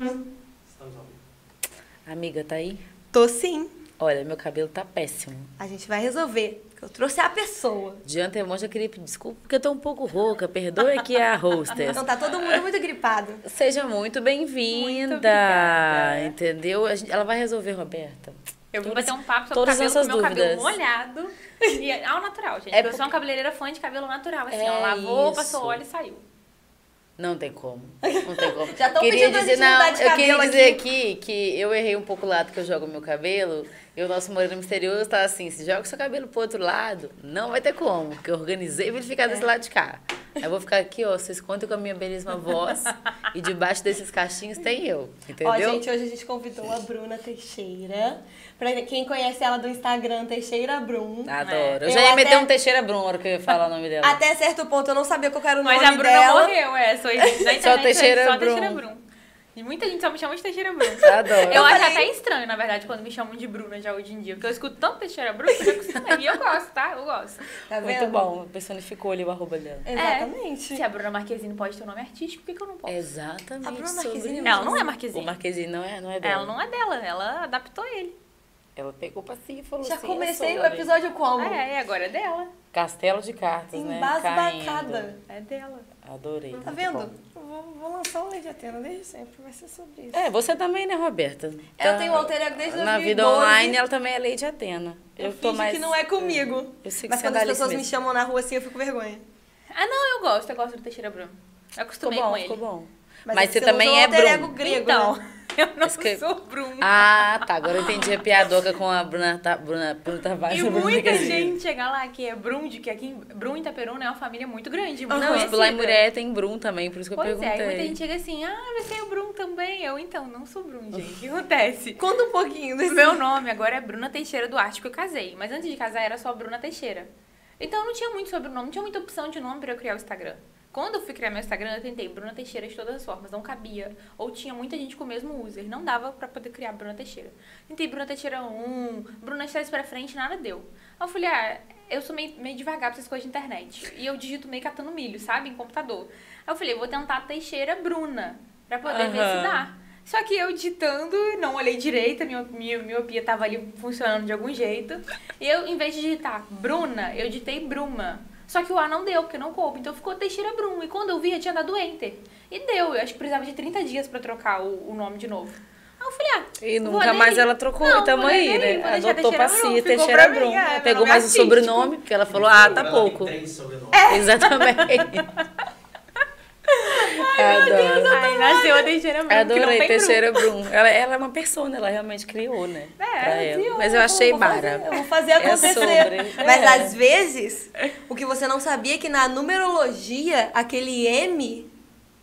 Estamos ao vivo. Amiga, tá aí? Tô sim. Olha, meu cabelo tá péssimo. A gente vai resolver. Eu trouxe a pessoa. De antemão já queria pedir desculpa porque eu tô um pouco rouca. Perdoe aqui a hostess. Então tá todo mundo muito gripado. Seja muito bem-vinda. Entendeu? A gente- Ela vai resolver, Roberta. Eu vou bater um papo sobre o todas cabelo com essas o meu cabelo dúvidas. molhado. E é ao natural, gente. É Eu sou uma cabeleireira fã de cabelo natural, assim, É ó. Lavou, isso. passou óleo e saiu. Não tem como. Não tem como. Já tão queria pedindo a dizer, gente mudar não, de eu queria cabelo dizer aqui que eu errei um pouco o lado que eu jogo meu cabelo. E o nosso moreno misterioso tá assim: se joga seu cabelo pro outro lado, não vai ter como. Porque eu organizei pra ele ficar É. desse lado de cá. Eu vou ficar aqui, ó. Vocês contem com a minha belíssima voz. e debaixo desses cachinhos tem eu. Entendeu? Ó, gente, hoje a gente convidou a Bruna Teixeira. Pra quem conhece ela do Instagram, Teixeira Brum. É. Adoro. Eu Eu já ia até- meter um Teixeira Bruno, na hora que eu ia falar o nome dela. Até certo ponto eu não sabia qual era o Mas nome a Bruna dela. morreu, é. Sou da internet, Só Teixeira só Brum. Teixeira Brum. E muita gente só me chama de Teixeira Brum. Adoro. Eu acho falei- até estranho, na verdade, quando me chamam de Bruna já hoje em dia. Porque eu escuto tanto Teixeira Brum que eu acostumei. E eu gosto, tá? Eu gosto. Tá vendo? Muito bom. Personificou ali o arroba dela. Exatamente. É, se a Bruna Marquezine pode ter um nome artístico, por que, que eu não É, posso? Exatamente. A Bruna sobre Tá Marquezine isso. Ela não é O Marquezine. Marquezine não é, não é dela. Ela não é dela, ela adaptou ele. Ela pegou pra si e falou Já assim, eu comecei sou o Lorena. episódio como? É, e agora é dela. Castelo de cartas, né? Embasbacada. Caindo. É dela. Adorei. Tá muito vendo? bom. Eu vou, vou lançar o Lady Atena desde sempre, vai ser sobre isso. É, você também, né, Roberta? Eu tenho um alter ego desde Na 2012. vida online, ela também é lei de Atena. Eu, Eu tô finge mais... que não é comigo. Eu sigo Mas quando as sandália pessoas me é mesmo. chamam na rua assim, eu fico com vergonha. Ah, não, eu gosto, eu gosto do Teixeira Bruno. Eu Ficou acostumei bom, com ele. ficou bom. Mas Mas, é que você você também usou é alter ego Bruno. grego. Então, eu não Isso que- é sou Bruno. Ah, tá. Agora eu entendi a piadoca com a Bruna, Ta- Bruna, Bruna Tavares. E a Bruna muita Marquezine. gente chega lá que é Brum, de que aqui em Brum Itaperuna é uma família muito grande. muito Não, é tipo, conhecida. lá em Muré tem Brum também, por isso que eu Pois é, perguntei. e muita gente chega assim, ah, você é o Brum também. Eu, então, não sou Brum, gente. O que acontece? Conta um pouquinho desse... Meu nome agora é Bruna Teixeira Duarte, que eu casei. Mas antes de casar era só Bruna Teixeira. Então eu não tinha muito sobrenome, não tinha muita opção de nome pra eu criar o Instagram. Quando eu fui criar meu Instagram, eu tentei Bruna Teixeira de todas as formas, não cabia. Ou tinha muita gente com o mesmo user, não dava pra poder criar Bruna Teixeira. Tentei Bruna Teixeira 1, Bruna Teixeira pra frente, nada deu. Aí eu falei, ah, eu sou meio, meio devagar pra essas coisas de internet. E eu digito meio catando milho, sabe, em computador. Aí eu falei, vou tentar Teixeira Bruna, pra poder ver se Aham. dá. Só que eu ditando, não olhei direito, a minha, minha miopia tava ali funcionando de algum jeito. E eu, em vez de digitar Bruna, eu ditei Bruma. Só que o A não deu, porque não coube. Então ficou Teixeira Brum. E quando eu vi, eu tinha dado Enter. E deu. Eu acho que precisava de 30 dias pra trocar o, o nome de novo. Aí eu falei, ah. E vou nunca mais aderir. ela trocou, Não, e tamo vou aí, aderir, né? vou deixar Adotou pra si, Brum, ficou Teixeira pra mim, Brum. é, meu Pegou nome é mais o artístico. sobrenome, porque ela falou, ah, tá Ela pouco. Tem três sobrenomes. É, É. Exatamente. Adoro. Aí nasceu a Teixeira Brum. é que não Adorei tem Teixeira Brum. Ela, ela é uma persona, ela realmente criou, né? É, ela pra criou, Mas eu achei vou fazer, mara. Eu vou fazer É acontecer. sobre. Mas É. às vezes, o que você não sabia é que na numerologia, aquele M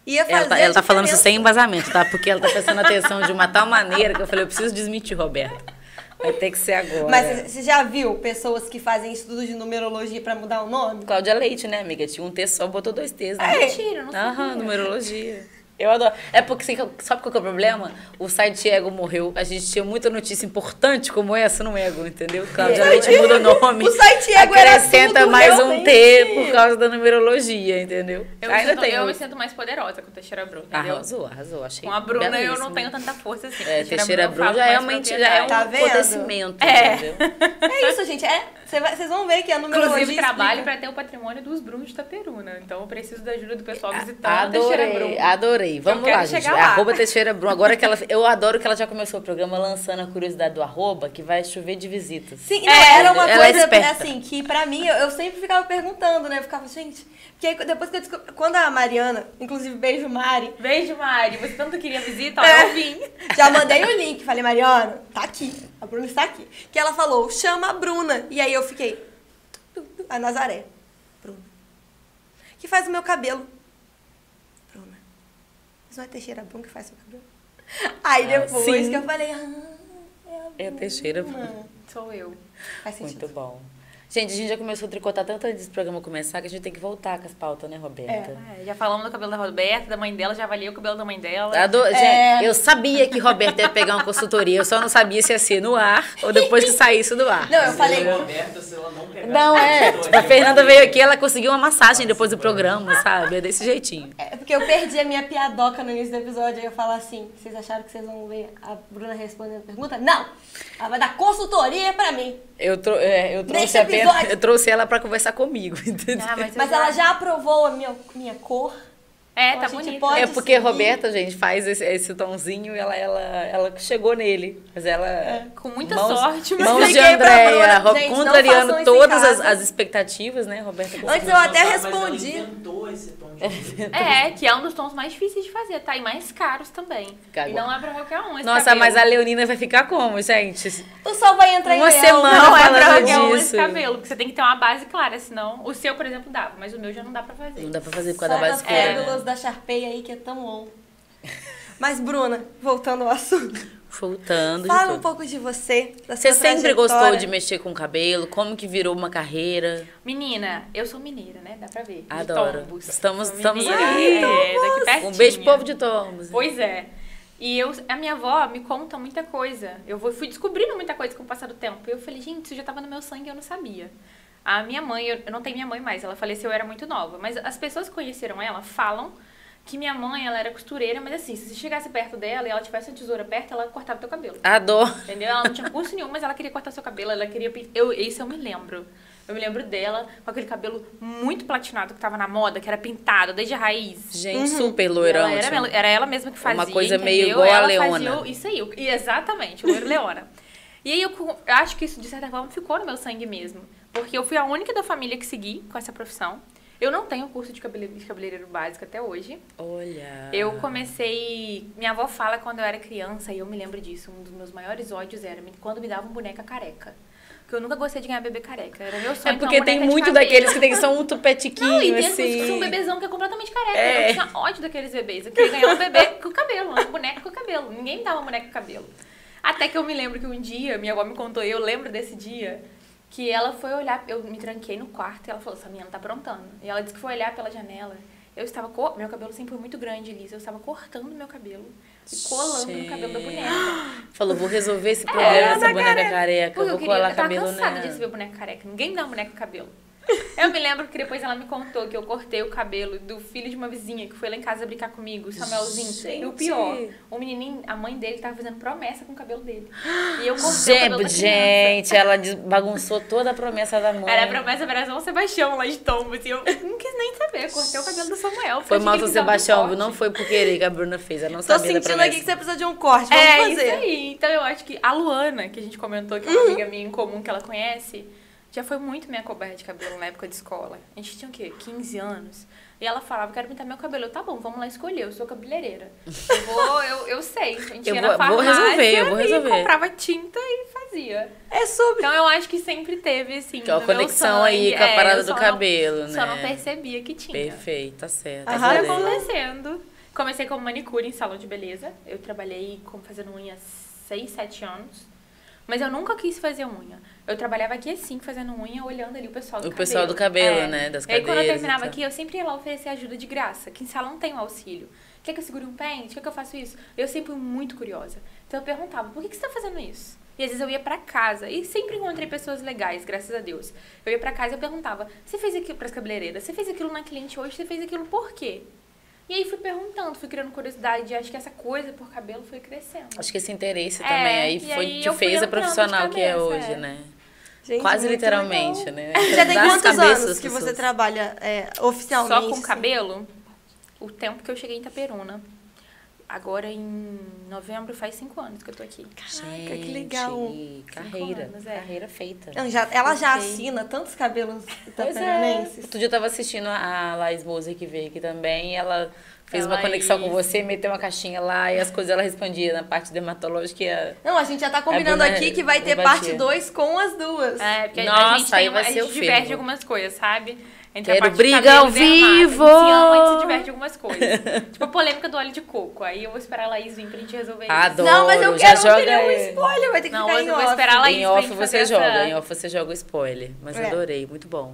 ia fazer. Ela tá, a ela tá falando isso diferença. sem embasamento, tá? Porque ela tá prestando atenção de uma tal maneira que eu falei, eu preciso desmentir, Roberta. Vai ter que ser agora. Mas você já viu pessoas que fazem estudo de numerologia pra mudar o nome? Cláudia Leite, né, amiga? Tinha um T só, botou dois T's, né? É. Mentira, não sabia. Aham, numerologia. Eu adoro. É porque, assim, sabe qual que é o problema? O site Ego morreu. A gente tinha muita notícia importante como essa no Ego, entendeu? É. Cláudia Leite muda o nome. O site Ego era Acrescenta tudo, mais um T realmente. por causa da numerologia, entendeu? Eu, me Ainda Ah, sinto, tem. um. eu me sinto mais poderosa com Teixeira Brum, entendeu? Arrasou, arrasou. Achei Com a Bruna eu belíssimo. não tenho tanta força assim. É, Teixeira eu Bruno falo já é mais uma entidade, já é um propriedade. Tá vendo? acontecimento, É. entendeu? É isso, gente. É, cê vai- vocês vão ver que a numerologia. Inclusive, trabalho explica. para ter o patrimônio dos Brunos de Itaperuna. Então, eu preciso da ajuda do pessoal visitando o Tá, Teixeira Adorei, Bruno. adorei. Vamos quero lá, gente. chegar lá. Arroba Teixeira Bruno. Agora que ela. Eu adoro que ela já começou o programa lançando a curiosidade do arroba, que vai chover de visitas. Sim, não, era uma ela é coisa esperta. assim, que pra mim, eu, eu sempre ficava perguntando, né? Eu ficava, gente. Porque aí, depois que eu descobri. Quando a Mariana, inclusive, beijo Mari, Beijo, Mari. Você tanto queria visita, ó, É. eu vim. Já mandei o link, falei, Mariana, tá aqui. A Bruna está aqui. Que ela falou, chama a Bruna. E aí eu fiquei. A Nazaré. Bruna. Que faz o meu cabelo. Bruna. Mas não é Teixeira Bruna que faz o meu cabelo? Aí Ah, depois sim. que eu falei, ah, é a É a Teixeira Bruno. Bruna. Sou eu. Faz sentido. Muito bom. Gente, a gente já começou a tricotar tanto antes do programa começar que a gente tem que voltar com as pautas, né, Roberta? Ah, já falamos do cabelo da Roberta, da mãe dela, já avaliei o cabelo da mãe dela. Ado- É. Gente, eu sabia que Roberta ia pegar uma consultoria, eu só não sabia se ia ser no ar ou depois que saísse do ar. Não, eu falei. Se a É. Roberta, se ela não pegar Não, é. essa Tipo, a Fernanda veio aqui, ela conseguiu uma massagem depois do programa, sabe? É desse jeitinho. É porque eu perdi a minha piadoca no início do episódio. Aí eu falo assim: vocês acharam que vocês vão ver a Bruna respondendo a pergunta? Não! Ela vai dar consultoria pra mim. Eu, trou- é, eu trouxe Nesse apenas- episódio. eu trouxe ela pra conversar comigo, entendeu? É Ah, mas Mas ela já aprovou a minha, minha cor. É, Então tá a gente bonita. pode- É porque a seguir. Roberta, gente, faz esse, esse tomzinho e ela, ela, ela chegou nele. Mas ela. Com muita sorte, mas É, é Mãos de Expliquei pra Andréia, É. Ro- Bruna, gente, não façam isso contrariando em todas as, casa. as expectativas, né, Roberta? Antes conseguiu. eu até Mas respondi. Ela inventou esse tom de cabelo. É, que é um dos tons mais difíceis de fazer, tá? E mais caros também. Cagou. E não é pra qualquer um esse Nossa, cabelo. mas a Leonina vai ficar como, gente? O sol vai entrar Uma em leão. semana Não é pra falando qualquer um disso. esse cabelo, porque você tem que ter uma base clara, senão... O seu, por exemplo, dava, mas o meu já não dá pra Não fazer. dá pra fazer por Sai causa da né? das base clara. pérolas da Sharpay aí que é tão on. Mas, Bruna, voltando ao assunto, Voltando. de fala tudo. um pouco de você. Da Você sua sempre trajetória. gostou de mexer com o cabelo? Como que virou uma carreira? Um Menina, eu sou mineira, né? Dá pra ver. De Adoro. Tombos. Estamos- Sou estamos mineira, aí. É, daqui pertinho. Um beijo pro povo de Tombos. Pois é. E eu, a minha avó me conta muita coisa. Eu vou- fui descobrindo muita coisa com o passar do tempo. Eu falei, gente, isso já tava no meu sangue, eu não sabia. A minha mãe, eu, eu não tenho minha mãe mais, ela faleceu, eu era muito nova. Mas as pessoas que conheceram ela falam que minha mãe, ela era costureira, mas assim, se você chegasse perto dela e ela tivesse uma tesoura perto, ela cortava teu cabelo. Adoro. Entendeu? Ela não tinha curso nenhum, mas ela queria cortar seu cabelo, ela queria. pin- Eu, isso eu me lembro. Eu me lembro dela com aquele cabelo muito platinado que tava na moda, que era pintado desde a raiz. Gente, Uhum. super Ela loirão. era, tipo. mel- era ela mesma que fazia. Uma coisa meio entendeu? igual a ela Leona. Fazia o- isso aí, o- e exatamente, o loiro Leona. E aí eu, co- eu acho que isso, de certa forma, ficou no meu sangue mesmo. Porque eu fui a única da família que segui com essa profissão. Eu não tenho curso de cabele- de cabeleireiro básico até hoje. Olha. Eu comecei. Minha avó fala quando eu era criança, e eu me lembro disso. Um dos meus maiores ódios era me- quando me davam boneca careca. Porque eu nunca gostei de ganhar bebê careca. Era meu É sonho. ter então uma porque tem boneca de muito cabelo. daqueles que tem, são um tupetiquinho, Não, e tem uns que são um assim. bebezão que é completamente careca. É. Eu tinha ódio daqueles bebês. Eu queria ganhar um bebê com cabelo, uma boneca com cabelo. Ninguém me dava uma boneca com cabelo. Até que eu me lembro que um dia, minha avó me contou, e eu lembro desse dia, que ela foi olhar, eu me tranquei no quarto e ela falou, essa menina tá aprontando. E ela disse que foi olhar pela janela. Eu estava, co- meu cabelo sempre foi muito grande, liso, eu estava cortando meu cabelo e colando no cabelo da boneca. Falou, vou resolver É, esse problema dessa boneca careca. Porque eu Vou queria, colar eu tava cabelo cansada de nela. receber boneca careca. Ninguém me dá boneca com cabelo. Eu me lembro que depois ela me contou que eu cortei o cabelo do filho de uma vizinha que foi lá em casa brincar comigo, o Samuelzinho. E o Gente! pior, o menininho, a mãe dele tava fazendo promessa com o cabelo dele. E eu cortei o cabelo da Gente, criança. gente, ela des- bagunçou toda a promessa da mãe. Era a promessa para São Sebastião lá de tombos. E eu não quis nem saber. Cortei o cabelo do Samuel. porque Foi eu mal, achei que ele tava Sebastião, muito não forte. foi por querer que a Bruna fez. Ela não Tô sabia da sentindo aqui promessa. que você precisa de um corte. Vamos É, fazer. isso aí. Então eu acho que a Luana, que a gente comentou, que é uma Uhum. amiga minha em comum que ela conhece, já foi muito minha coberta de cabelo na época de escola. A gente tinha o quê? 15 anos. E ela falava, quero pintar meu cabelo. Eu, tá bom, vamos lá escolher, eu sou cabeleireira. Eu vou, eu, eu sei. A gente Eu ia na vou- vou farmácia resolver, eu vou resolver. e comprava tinta e fazia. É sobre. Então eu acho que sempre teve, assim, Que é uma no meu conexão sangue. aí com a É, parada eu do só não- cabelo, né? Só não percebia que tinha. Perfeito, tá certo. Aham. Isso foi adorei. acontecendo. Comecei como manicure em salão de beleza. Eu trabalhei como fazendo unha há 6, 7 anos. Mas eu nunca quis fazer unha. Eu trabalhava aqui assim, fazendo unha, olhando ali o pessoal do O cabelo. É. pessoal do cabelo, né? Das e aí quando eu cadeiras e terminava tal. aqui, eu sempre ia lá oferecer ajuda de graça. Que em salão tem o auxílio. Quer que eu segure um pente? Quer que eu faça isso? Eu sempre fui muito curiosa. Então eu perguntava, por que, que você tá fazendo isso? E às vezes eu ia pra casa e sempre encontrei pessoas legais, graças a Deus. Eu ia pra casa e eu perguntava, você fez aquilo pras cabeleireiras? Você fez aquilo na cliente hoje? Você fez aquilo por quê? E aí fui perguntando, fui criando curiosidade. e Acho que essa coisa por cabelo foi crescendo. Acho que esse interesse É, também aí, e foi, aí te eu fui fez a entrando de profissional que é cabeça, hoje, é. né? Gente, Quase muito literalmente, legal. É, né? Já tem Das quantos cabeças anos das que você pessoas. trabalha é, oficialmente? Só com assim? cabelo, o tempo que eu cheguei em Itaperuna. Agora em novembro faz cinco anos que eu tô aqui. Gente, Caraca, que legal. Carreira, anos, é. carreira feita. Não, já- ela já Gostei. assina tantos cabelos Pois é. itaperanenses. Outro dia eu tava assistindo a a Laís Moser que veio aqui também. E ela fez A uma Laís. conexão com você, meteu uma caixinha lá e as coisas ela respondia na parte dermatológica. e a- Não, a gente já tá combinando Bruna aqui que vai ter vai parte ter. 2 com as duas. né? É, porque a Nossa, gente, aí tem, vai uma- a ser gente o diverge fervo. algumas coisas, sabe? Entre Quero a parte briga de cabelo ao e derramada. vivo! Se ama e se diverte em algumas coisas. tipo a polêmica do óleo de coco. Aí eu vou esperar a Laís vir pra gente resolver isso. Ah, Adoro. Não, mas eu já quero, eu joga queria um aí. spoiler, vai ter que Não, ficar mas em eu vou off. esperar lá Em isso pra off gente você fazer joga, essa- em off você joga o spoiler. Mas É. adorei, muito bom.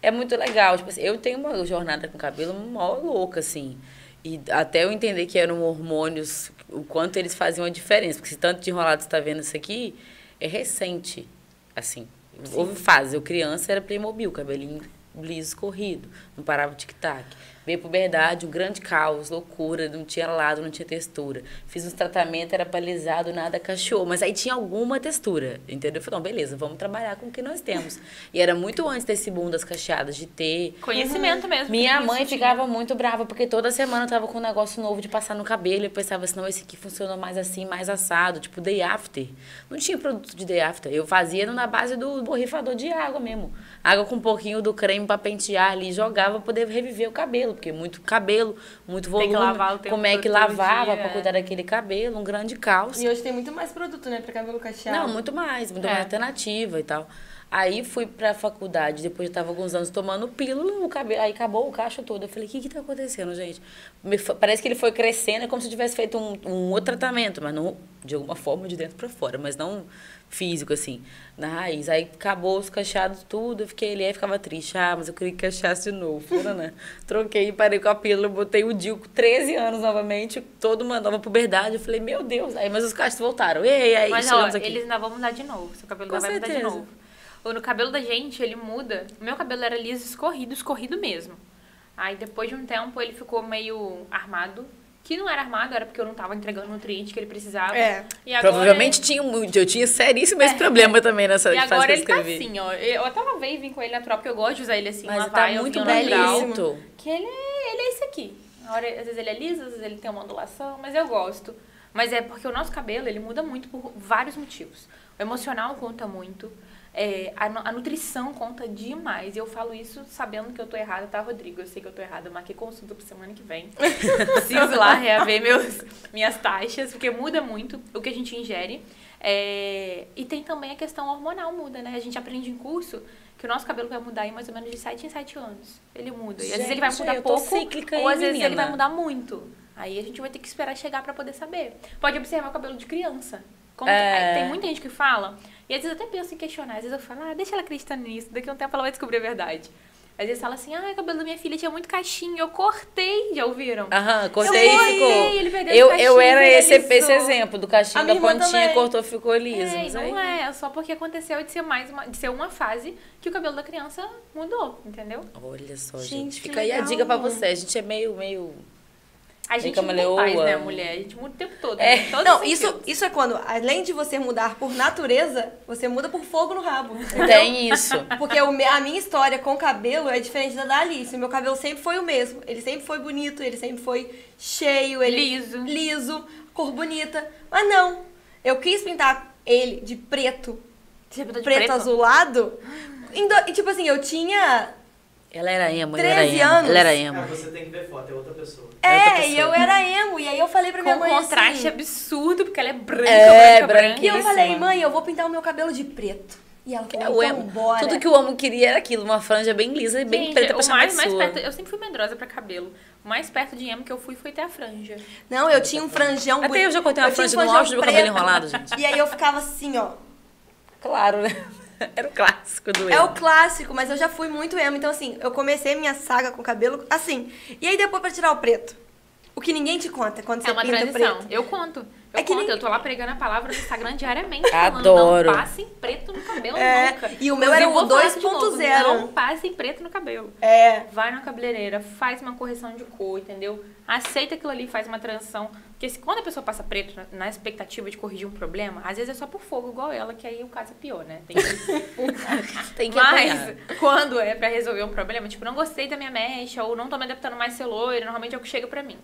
É muito legal. Tipo assim, eu tenho uma jornada com cabelo mó louca, assim. E até eu entender que eram hormônios, o quanto eles faziam a diferença. Porque se tanto de enrolado você tá vendo isso aqui, é recente, assim. Houve fase. Eu criança era Playmobil, cabelinho liso, corrido. Não parava o tic-tac. Veio puberdade, um grande caos, loucura, não tinha lado, não tinha textura. Fiz uns tratamentos, era paralisado, nada cachorro. Mas aí tinha alguma textura, entendeu? Eu falei, não, beleza, vamos trabalhar com o que nós temos. E era muito antes desse boom das cacheadas, de ter... Conhecimento mesmo. Minha tudo mãe isso, ficava muito brava, porque toda semana eu tava com um negócio novo de passar no cabelo. Eu pensava assim, não, esse aqui funcionou mais assim, mais assado. Tipo, day after. Não tinha produto de day after. Eu fazia na base do borrifador de água mesmo. Água com um pouquinho do creme pra pentear ali. Jogava pra poder reviver o cabelo, porque muito cabelo, muito Tem volume. que lavar o tempo como é que todo, lavava dia, pra é. cuidar daquele cabelo, um grande caos. E hoje tem muito mais produto, né, pra cabelo cacheado. Não, muito mais, muito É. mais alternativa e tal. Aí fui pra faculdade, depois eu tava alguns anos tomando pílula, o cabelo, aí acabou o cacho todo. Eu falei, o que que tá acontecendo, gente? Me fa- parece que ele foi crescendo, é como se eu tivesse feito um, um outro tratamento, mas não de alguma forma de dentro pra fora, mas não físico, assim, na raiz. Aí acabou os cacheados, tudo, eu fiquei ali, aí ficava triste. Ah, mas eu queria que cacheasse de novo. Furana. Troquei, parei com a pílula, botei o Dil com 13 anos novamente, toda uma nova puberdade. Eu falei, meu Deus. Aí, mas os cachos voltaram. Ei, aí, Mas ó, chegamos É aqui. eles ainda vão mudar de novo. Seu cabelo Com ainda vai mudar certeza. de novo. O no cabelo da gente, ele muda. O meu cabelo era liso, escorrido, escorrido mesmo. Aí depois de um tempo ele ficou meio armado. Que não era armado, era porque eu não tava entregando o nutriente que ele precisava. É. E agora- É. Provavelmente tinha um muito, eu tinha seríssimo esse problema também nessa E fase agora que eu ele tá escrevi. assim, ó. Eu até lavei e vim com ele natural, porque eu gosto de usar ele assim, Mas uma ele vai, tá eu muito vinho bem natural. belíssimo. alto. Que ele é, ele é esse aqui. A hora- às vezes ele é liso, às vezes ele tem uma ondulação, mas eu gosto. Mas é porque o nosso cabelo, ele muda muito por vários motivos. O emocional conta muito, é, a, nu- a nutrição conta demais. E eu falo isso sabendo que eu tô errada, tá, Rodrigo? Eu sei que eu tô errada, marquei consulta pra semana que vem. Preciso lá reaver meus, minhas taxas, porque muda muito o que a gente ingere. É, e tem também a questão hormonal muda, né? A gente aprende em curso que o nosso cabelo vai mudar em mais ou menos de 7 em 7 anos. Ele muda. E às vezes ele vai Gente, mudar eu tô pouco, cíclica, ou hein, às vezes ele menina? vai mudar muito. Aí a gente vai ter que esperar chegar pra poder saber. Pode observar o cabelo de criança. Como É. é, tem muita gente que fala, e às vezes eu até penso em questionar, às vezes eu falo, ah, deixa ela acreditando nisso, daqui a um tempo ela vai descobrir a verdade. Às vezes fala assim, ah, o cabelo da minha filha tinha muito caixinha, eu cortei, já ouviram? Aham, cortei e cortei, ele ficou. perdeu Eu, eu o cachinho, era esse, viralizou. esse exemplo do A cachinho da minha irmã pontinha, também. cortou, ficou liso. né? É, e mas não aí- é, é só porque aconteceu de ser mais uma, de ser uma fase que o cabelo da criança mudou, entendeu? Olha só, gente. Gente, que Fica aí a legal. dica pra você. A gente é meio, meio. A Meio gente camaleoa. muda paz, né, mulher? A gente muda o tempo todo. É. né? Todos Não, os isso, sentidos. isso é quando, além de você mudar por natureza, você muda por fogo no rabo. entendeu? Tem isso. Porque o me- a minha história com o cabelo é diferente da da Alice. O meu cabelo sempre foi o mesmo. Ele sempre foi bonito, ele sempre foi cheio, ele Liso. liso, cor bonita. Mas não, eu quis pintar ele de preto, Você pintou preto, de preto, azulado. Em do- e, tipo assim, eu tinha. Ela era emo, ela era 13 emo. anos. Ela era Ah, emo. você tem que ver foto, é outra pessoa. outra É, pessoa. e eu era emo. E aí eu falei pra minha Com mãe. contraste assim, absurdo, porque ela é branca, É, branca, branca. E eu branquíssima. falei, mãe, eu vou pintar o meu cabelo de preto. E ela É, falou, o então emo. bora. Tudo que o emo queria era aquilo, uma franja bem lisa e bem Gente, preta pra o chamar mais, de mais sua. perto, eu sempre fui medrosa pra cabelo. O mais perto de emo que eu fui foi ter a franja. Não, eu tinha um franjão Até bonito. eu já cortei uma tinha um franja no franjão auge do meu cabelo preto. enrolado, gente. E aí eu ficava assim, ó. Claro, né? Era o clássico do É emo. o clássico, mas eu já fui muito emo. Então, assim, eu comecei minha saga com cabelo assim. E aí depois pra tirar o preto. O que ninguém te conta quando você é uma pinta o transição. preto. Eu conto. Eu É que conto. nem- Eu tô lá pregando a palavra no Instagram diariamente. falando, Adoro. Não passem preto no cabelo É, nunca. e o meu era eu vou o falar isso de novo, 2.0. Não passem preto no cabelo. É. Vai na cabeleireira, faz uma correção de cor, entendeu? Aceita aquilo ali, faz uma transição. Porque se, quando a pessoa passa preto na, na expectativa de corrigir um problema, às vezes é só por fogo, igual ela, que aí o caso é pior, né? Tem que Tem que apanhar. mas quando é pra resolver um problema, tipo, não gostei da minha mecha, ou não tô me adaptando mais a ser loira, normalmente é o que chega pra mim.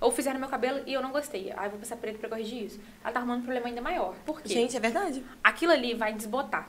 Ou fizeram meu cabelo e eu não gostei. Aí eu vou passar preto pra corrigir isso. Ela tá arrumando um problema ainda maior. Por quê? Gente, é verdade. aquilo ali vai desbotar.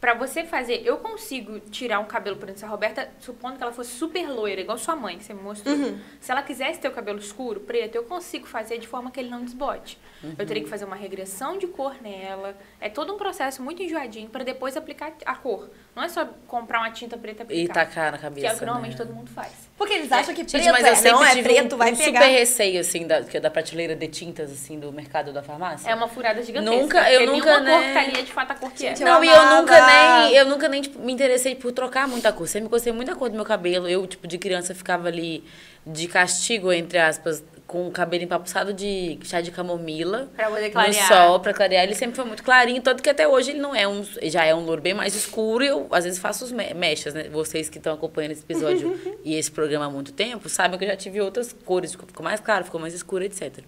Pra você fazer, eu consigo tirar um cabelo, por exemplo, se a Roberta, supondo que ela fosse super loira, igual sua mãe, que você me mostrou. Uhum. Se ela quisesse ter o cabelo escuro, preto, eu consigo fazer de forma que ele não desbote. Uhum. Eu teria que fazer uma regressão de cor nela. É todo um processo muito enjoadinho pra depois aplicar a cor. Não é só comprar uma tinta preta e aplicar. E tacar na cabeça. que é o que normalmente né? todo mundo faz. Porque eles acham que preto Gente, mas eu é, sempre não, é tive preto, um, vai um pegar. super receio, assim, da, que- da prateleira de tintas, assim, do mercado da farmácia. É uma furada gigantesca. Nunca- eu Porque nunca, nenhuma cor né? que ali é de fato a cor que é. Gente, eu Não, e eu amava. nunca nem, eu nunca nem tipo, me interessei por trocar muita cor. Sempre gostei muito da cor do meu cabelo. Eu, tipo, de criança ficava ali de castigo, entre aspas, com o cabelo empapuçado de chá de camomila. Pra poder No clarear. sol, pra clarear. Ele sempre foi muito clarinho, tanto que até hoje ele não é um. Já é um louro bem mais escuro. E eu, às vezes, faço os me- mechas, né? Vocês que estão acompanhando esse episódio e esse programa há muito tempo sabem que eu já tive outras cores. tipo, Ficou mais claro, ficou mais escuro, etc.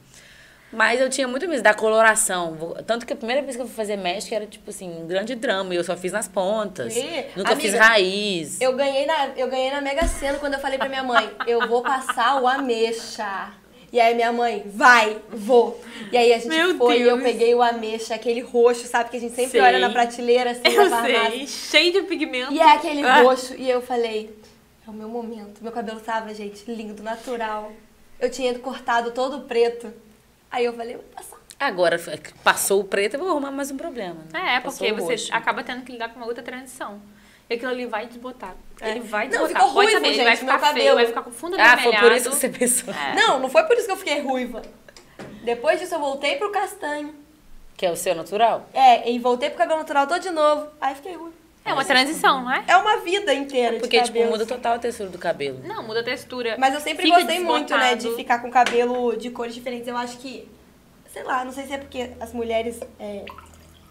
Mas eu tinha muito medo da coloração. Vou- Tanto que a primeira vez que eu fui fazer mesh era, tipo assim, um grande drama. E eu só fiz nas pontas. Ih, Nunca fiz amiga, raiz. Eu ganhei, na, eu ganhei na Mega Sena quando eu falei pra minha mãe, eu vou passar o ameixa. E aí minha mãe, vai, vou. E aí a gente Meu foi e eu Deus. peguei o ameixa, aquele roxo, sabe? Que a gente sempre Sei. olha na prateleira, assim, Eu na farmácia. sei, cheio de pigmento. E é aquele Ah. roxo. E eu falei, é o meu momento. Meu cabelo tava, gente, lindo, natural. Eu tinha cortado todo preto. Aí eu falei, vou passar. Agora, f- passou o preto, eu vou arrumar mais um problema. né? É, Passou porque o você roxo. acaba tendo que lidar com uma outra transição. E aquilo ali vai desbotar. É. Ele vai Não, desbotar. ficou Pode ruivo, saber, ele gente, vai ficar meu feio, cabelo. vai ficar com fundo Ah, foi por avermelhado. isso que você pensou. É. Não, não foi por isso que eu fiquei ruiva. Depois disso eu voltei pro castanho. Que é o seu natural? É, e voltei pro cabelo natural todo de novo. Aí fiquei ruiva. É uma transição, não é? É uma vida inteira de Porque, tipo, cabelo. muda total a textura do cabelo. Não, muda a textura. Mas eu sempre Fica gostei muito, né, de desbotado. ficar com cabelo de cores diferentes. Eu acho que, sei lá, não sei se é porque as mulheres é,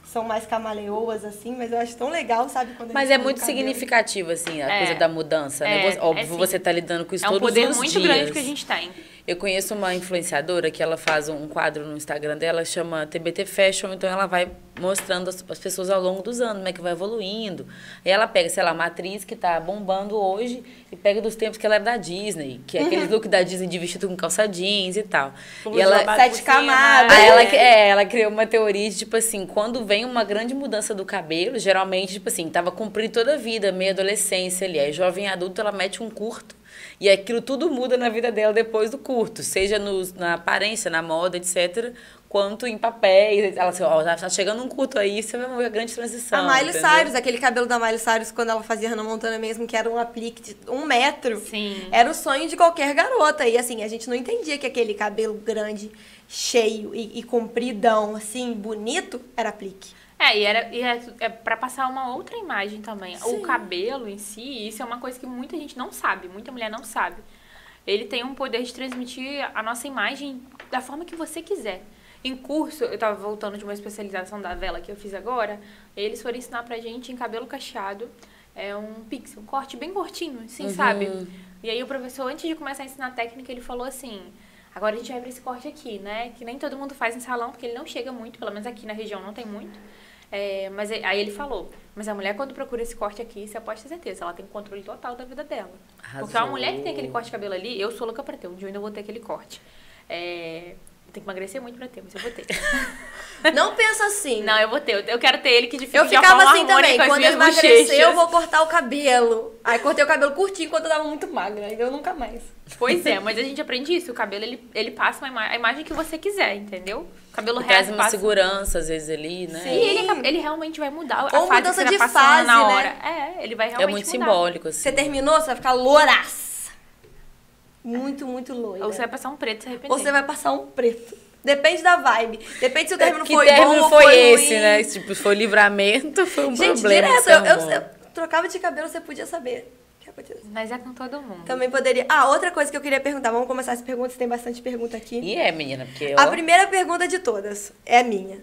são mais camaleoas, assim, mas eu acho tão legal, sabe? Quando a Mas gente é muda o muito cabelo. significativo, assim, a É. coisa da mudança, né? É, Você- Óbvio, é sim. você tá lidando com isso É um todos poder os muito dias. grande que a gente tem. Eu conheço uma influenciadora que ela faz um quadro no Instagram dela, chama TBT Fashion, então ela vai mostrando as, as pessoas ao longo dos anos, como é que vai evoluindo. Aí ela pega, sei lá, uma atriz que tá bombando hoje e pega dos tempos que ela era da Disney, que é aquele look da Disney de vestido com calça jeans e tal. e ela, Sete camadas. Aí ela, é, ela criou uma teoria de, tipo assim, quando vem uma grande mudança do cabelo, geralmente, tipo assim, tava cumprindo toda a vida, meia adolescência ali. Aí, jovem adulto, ela mete um curto. E aquilo tudo muda na vida dela depois do curto, seja nos- na aparência, na moda, etc., quanto em papéis. Ela assim, ó, tá, tá chegando um curto aí, você vai ver a grande transição. Então, A Miley entendeu? Cyrus, aquele cabelo da Miley Cyrus quando ela fazia Hannah Montana mesmo, que era um aplique de um metro. Sim. Era o sonho de qualquer garota. E assim, a gente não entendia que aquele cabelo grande, cheio e, e compridão, assim, bonito, era aplique. É, e, era, e é, é pra passar uma outra imagem também. O cabelo em si, isso é uma coisa que muita gente não sabe, muita mulher não sabe. Ele tem um poder de transmitir a nossa imagem da forma que você quiser. Em curso, eu tava voltando de uma especialização da vela que eu fiz agora, eles foram ensinar pra gente em cabelo cacheado, é um pixel, um corte bem curtinho, assim, sabe? E aí o professor, antes de começar a ensinar a técnica, ele falou assim, Agora a gente vai pra esse corte aqui, né? Que nem todo mundo faz em salão, porque ele não chega muito, pelo menos aqui na região não tem muito. É, mas e- aí ele falou, mas a mulher quando procura esse corte aqui, você pode ter certeza, ela tem controle total da vida dela. Porque é uma Arrasou. mulher que tem aquele corte de cabelo ali, eu sou louca pra ter, um dia eu ainda vou ter aquele corte. É, tem que emagrecer muito pra ter, mas eu vou ter. Não pensa assim. não, eu vou ter, eu- eu quero ter ele que dificulta Eu ficava assim também, quando eu emagrecer, eu vou cortar o cabelo. Aí cortei o cabelo curtinho enquanto eu tava muito magra, aí eu nunca mais. Pois é, mas a gente aprende isso, o cabelo ele, ele passa uma ima- a imagem que você quiser, entendeu? O cabelo E traz uma né, reto um passa um segurança, às vezes, ali, né? E ele, acaba- ele realmente vai mudar a Ou fase mudança que você de tá passando fase, na né? hora. É, ele vai É realmente muito mudar. simbólico, assim. Você terminou, você vai ficar louraça. Muito, muito loira. Ou você vai passar um preto e se arrepender. Ou é. você vai passar um preto. Depende da vibe. Depende se o término É, que foi término bom ou foi, ruim. esse, né? Tipo, foi livramento, foi um Gente, problema. direto, esse eu, eu- amor. eu trocava de cabelo, você podia saber o que aconteceu. Mas é com todo mundo. Também poderia. Ah, outra coisa que eu queria perguntar. Vamos começar as perguntas, tem bastante pergunta aqui. E é, menina, porque eu... A primeira pergunta de todas é minha.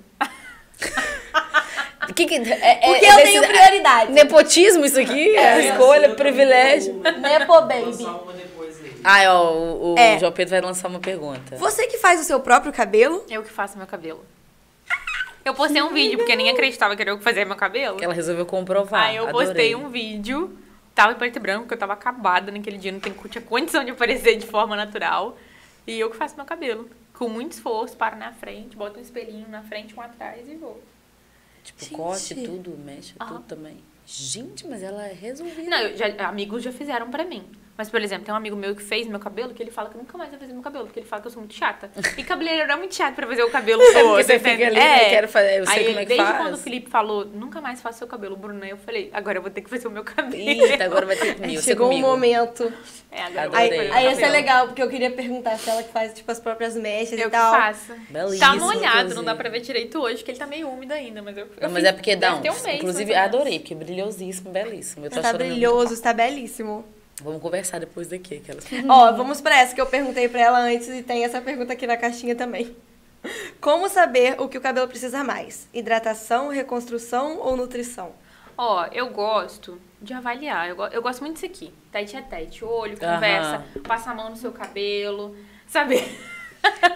Que que- é- é- Porque é eu desse- tenho prioridade. Nepotismo isso aqui? É, escolha, privilégio. Nepo baby. Só uma depois aí. Ah, ó, o, o É. João Pedro vai lançar uma pergunta. Você que faz o seu próprio cabelo? Eu que faço meu cabelo. Eu postei um vídeo, porque eu nem acreditava que era eu que fazia meu cabelo. Ela resolveu comprovar. Aí eu adorei. postei um vídeo, tava em preto e branco, porque eu tava acabada naquele dia, não tem- tinha condição de aparecer de forma natural. E eu que faço meu cabelo. Com muito esforço, paro na frente, boto um espelhinho na frente, um atrás e vou. Tipo, corte Gente. Ah. tudo, mexe Aham. tudo também. Gente, mas ela é resolvida. Não, eu já- amigos já fizeram pra mim. Mas, por exemplo, tem um amigo meu que fez meu cabelo que ele fala que nunca mais vai fazer meu cabelo, porque ele fala que eu sou muito chata. E cabeleireiro é muito chato pra fazer o cabelo É todo. porque você entende? fica ali, né, quero fazer, eu sei Aí, como é que desde faz. quando o Felipe falou, nunca mais faça seu cabelo, Bruna, eu falei, agora eu vou ter que fazer o é meu cabelo. Eita, agora vai ter que me você Chegou um comigo. momento. É, agora eu vou Adorei. Aí, fazer o meu aí esse é cabelo. legal, porque eu queria perguntar se ela que faz, tipo, as próprias mechas Eu e que tal. faço. Belíssimo, Tá molhado, não inclusive. dá pra ver direito hoje, que ele tá meio úmido ainda, mas eu, eu Não, mas fiz- é porque dá deve um. ter mês, Inclusive, mais ou menos. adorei, porque é brilhosíssimo, belíssimo. Eu tô Tá achando lindo. brilhoso, está belíssimo. Vamos conversar depois daqui, aquelas. Ó, Uhum. vamos pra essa que eu perguntei pra ela antes e tem essa pergunta aqui na caixinha também. Como saber o que o cabelo precisa mais? Hidratação, reconstrução ou nutrição? Ó, eu gosto de avaliar. Eu, go- eu gosto muito disso aqui. Tete a tete, olho, Aham. conversa, passa a mão no seu cabelo, sabe?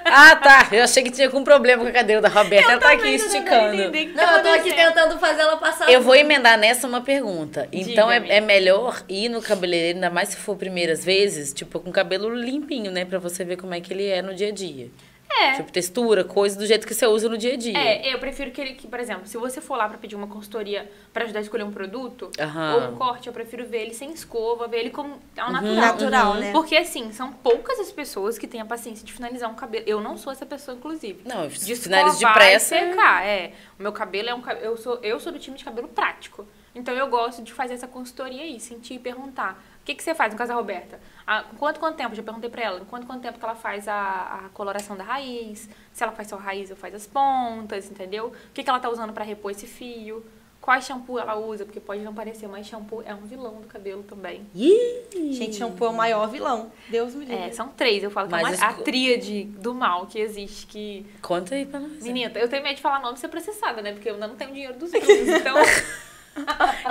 Ah, tá. Eu achei que tinha algum problema com a cadeira da Roberta. ela tá aqui também tô tentando esticando. entender o que Não, tá eu tô aqui acontecendo. tentando fazer ela passar. Eu vou emendar nessa uma pergunta. Então é, Diga-me. é melhor ir no cabeleireiro, ainda mais se for primeiras vezes, tipo, com o cabelo limpinho, né? Pra você ver como é que ele é no dia a dia. É. Tipo, textura, coisa do jeito que você usa no dia a dia. É, eu prefiro que ele, que, por exemplo, se você for lá pra pedir uma consultoria pra ajudar a escolher um produto Aham. ou um corte, eu prefiro ver ele sem escova, ver ele como ao natural. Natural, né? Porque assim, são poucas as pessoas que têm a paciência de finalizar um cabelo. Eu não sou essa pessoa, inclusive. Não, de finalizo escovar depressa. E secar, é. O meu cabelo é um cabelo. Eu sou, eu sou do time de cabelo prático. Então eu gosto de fazer essa consultoria aí, sentir e perguntar. O que, que você faz no caso da Roberta? Ah, com quanto quanto tempo? Já perguntei pra ela, em quanto quanto tempo que ela faz a, a coloração da raiz, se ela faz só raiz ou faz as pontas, entendeu? O que, que ela tá usando pra repor esse fio? Qual shampoo ela usa? Porque pode não parecer, mas shampoo é um vilão do cabelo também. Ih! Gente, shampoo é o maior vilão. Deus me livre. É, são três, eu falo que é Mas uma- a esco- tríade do mal que existe, que Conta aí pra nós. Menina, eu tenho medo de falar nome e ser processada, né? Porque eu ainda não tenho dinheiro dos outros, então...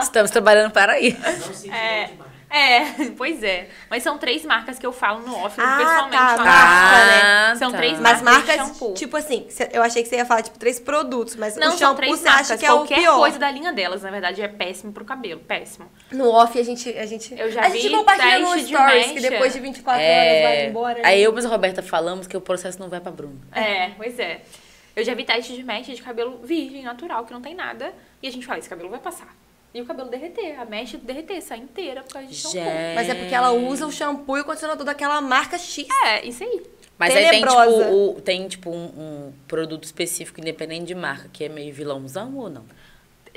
Estamos trabalhando para ir. Não se É. é. demais. É, pois é. Mas são três marcas que eu falo no off, Ah, pessoalmente. tá, lá. marca, né? São tá. três Mas marcas de marcas, shampoo. tipo assim, cê- eu achei que você ia falar, tipo, três produtos, mas Não, o são shampoo três você marcas. acha que é o Qualquer pior. coisa da linha delas, na verdade, é péssimo pro cabelo. Péssimo. No off a gente. A gente, Eu já a gente vi compartilha no teste de stories que mecha. depois de 24 É, horas vai embora. Aí né? eu e a Roberta falamos que o processo não vai pra Bruno. É, pois é. Eu já vi teste de mecha de cabelo virgem, natural, que não tem nada. E a gente fala, esse cabelo vai passar. E o cabelo derreter, a mecha derreter, sai inteira por causa de shampoo. Gente. Mas é porque ela usa o shampoo e o condicionador daquela marca X. É, isso aí. Mas aí tem Tenebrosa. tipo, o- tem, tipo um, um produto específico, independente de marca, que é meio vilãozão ou não?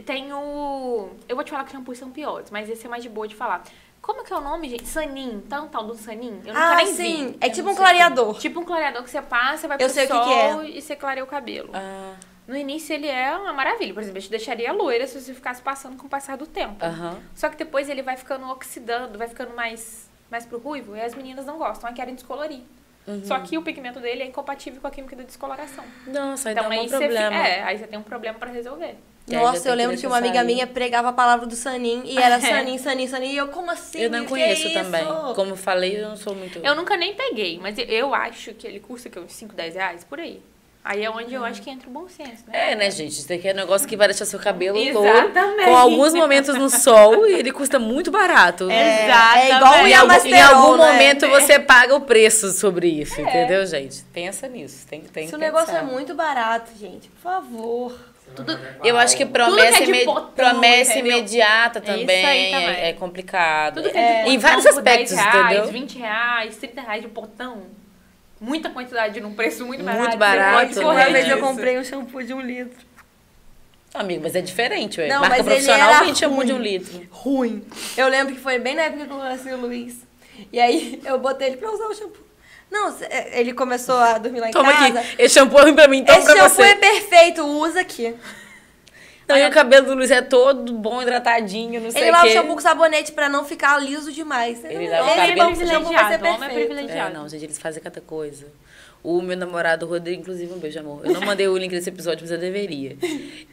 Tem o. Eu vou te falar que os shampoos são piores, mas esse é mais de boa de falar. Como que é o nome, gente? Sanin. Tá um tal do Sanin? Eu nunca Ah, nem sim. vi. É Eu tipo não um sei. clareador. Tipo um clareador que você passa, vai Eu pro sei o que sol que é. e você clareia o cabelo. Ah, No início ele é uma maravilha. Por exemplo, eu te deixaria loira se você ficasse passando com o passar do tempo. Aham. Só que depois ele vai ficando oxidando, vai ficando mais, mais pro ruivo. E as meninas não gostam, aí querem descolorir. Uhum. Só que o pigmento dele é incompatível com a química da descoloração. Nossa, aí Então dá aí um você, fi- problema. é, aí você tem um problema pra resolver. E aí É, já Nossa, tem eu que lembro que uma deixar amiga aí. minha pregava a palavra do Sanin e É. era Sanin, Sanin, Sanin. E eu, como assim? Eu não Que conheço isso? também. Como eu falei, eu não sou muito. Eu nunca nem peguei, mas eu- eu acho que ele custa que, uns 5, 10 reais, por aí. Aí é onde eu acho que entra o bom senso, né? É, né, gente? Isso daqui é um negócio que vai deixar seu cabelo louro. Exatamente. Com alguns momentos no sol e ele custa muito barato. É, Exatamente. é igual Em o algum, em Yamasterol, algum né? momento você paga o preço sobre isso, entendeu, gente? Pensa nisso. Tem, tem Esse que negócio pensar. é muito barato, gente. Por favor. Você vai pagar com a Eu acho que alma. promessa, Tudo que é de imed- botão, promessa entendeu? imediata Isso aí também, também. É, é complicado. Tudo que É, é de em botão vários por aspectos, 10 reais, entendeu? 20 reais, 30 reais de botão. Muita quantidade num preço muito barato. Muito você barato, pode né? correr Uma vez eu disso. comprei um shampoo de um litro. Amigo, mas é diferente, ué. Não, mas Marca ele profissional era vende shampoo ruim. de um litro. Ruim. Eu lembro que foi bem na época que eu conheci o Luiz. E aí eu botei ele pra usar o shampoo. Não, cê- é, ele começou a dormir lá em Toma casa. aqui. Esse shampoo é ruim pra mim, então Esse pra shampoo você. é perfeito, usa aqui. Não, e o cabelo do Luiz é todo bom, hidratadinho, não sei Ele lava o o quê. shampoo com sabonete pra não ficar liso demais. Ele lava o Esse cabelo- shampoo- shampoo vai ser Privilegiado, homem é perfeito. É, privilegiado. não, gente, eles fazem cada coisa. O meu namorado, o Rodrigo, inclusive, um beijo, amor. Eu não mandei o link desse episódio, mas eu deveria.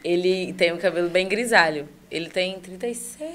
Ele tem um cabelo bem grisalho. Ele tem 36,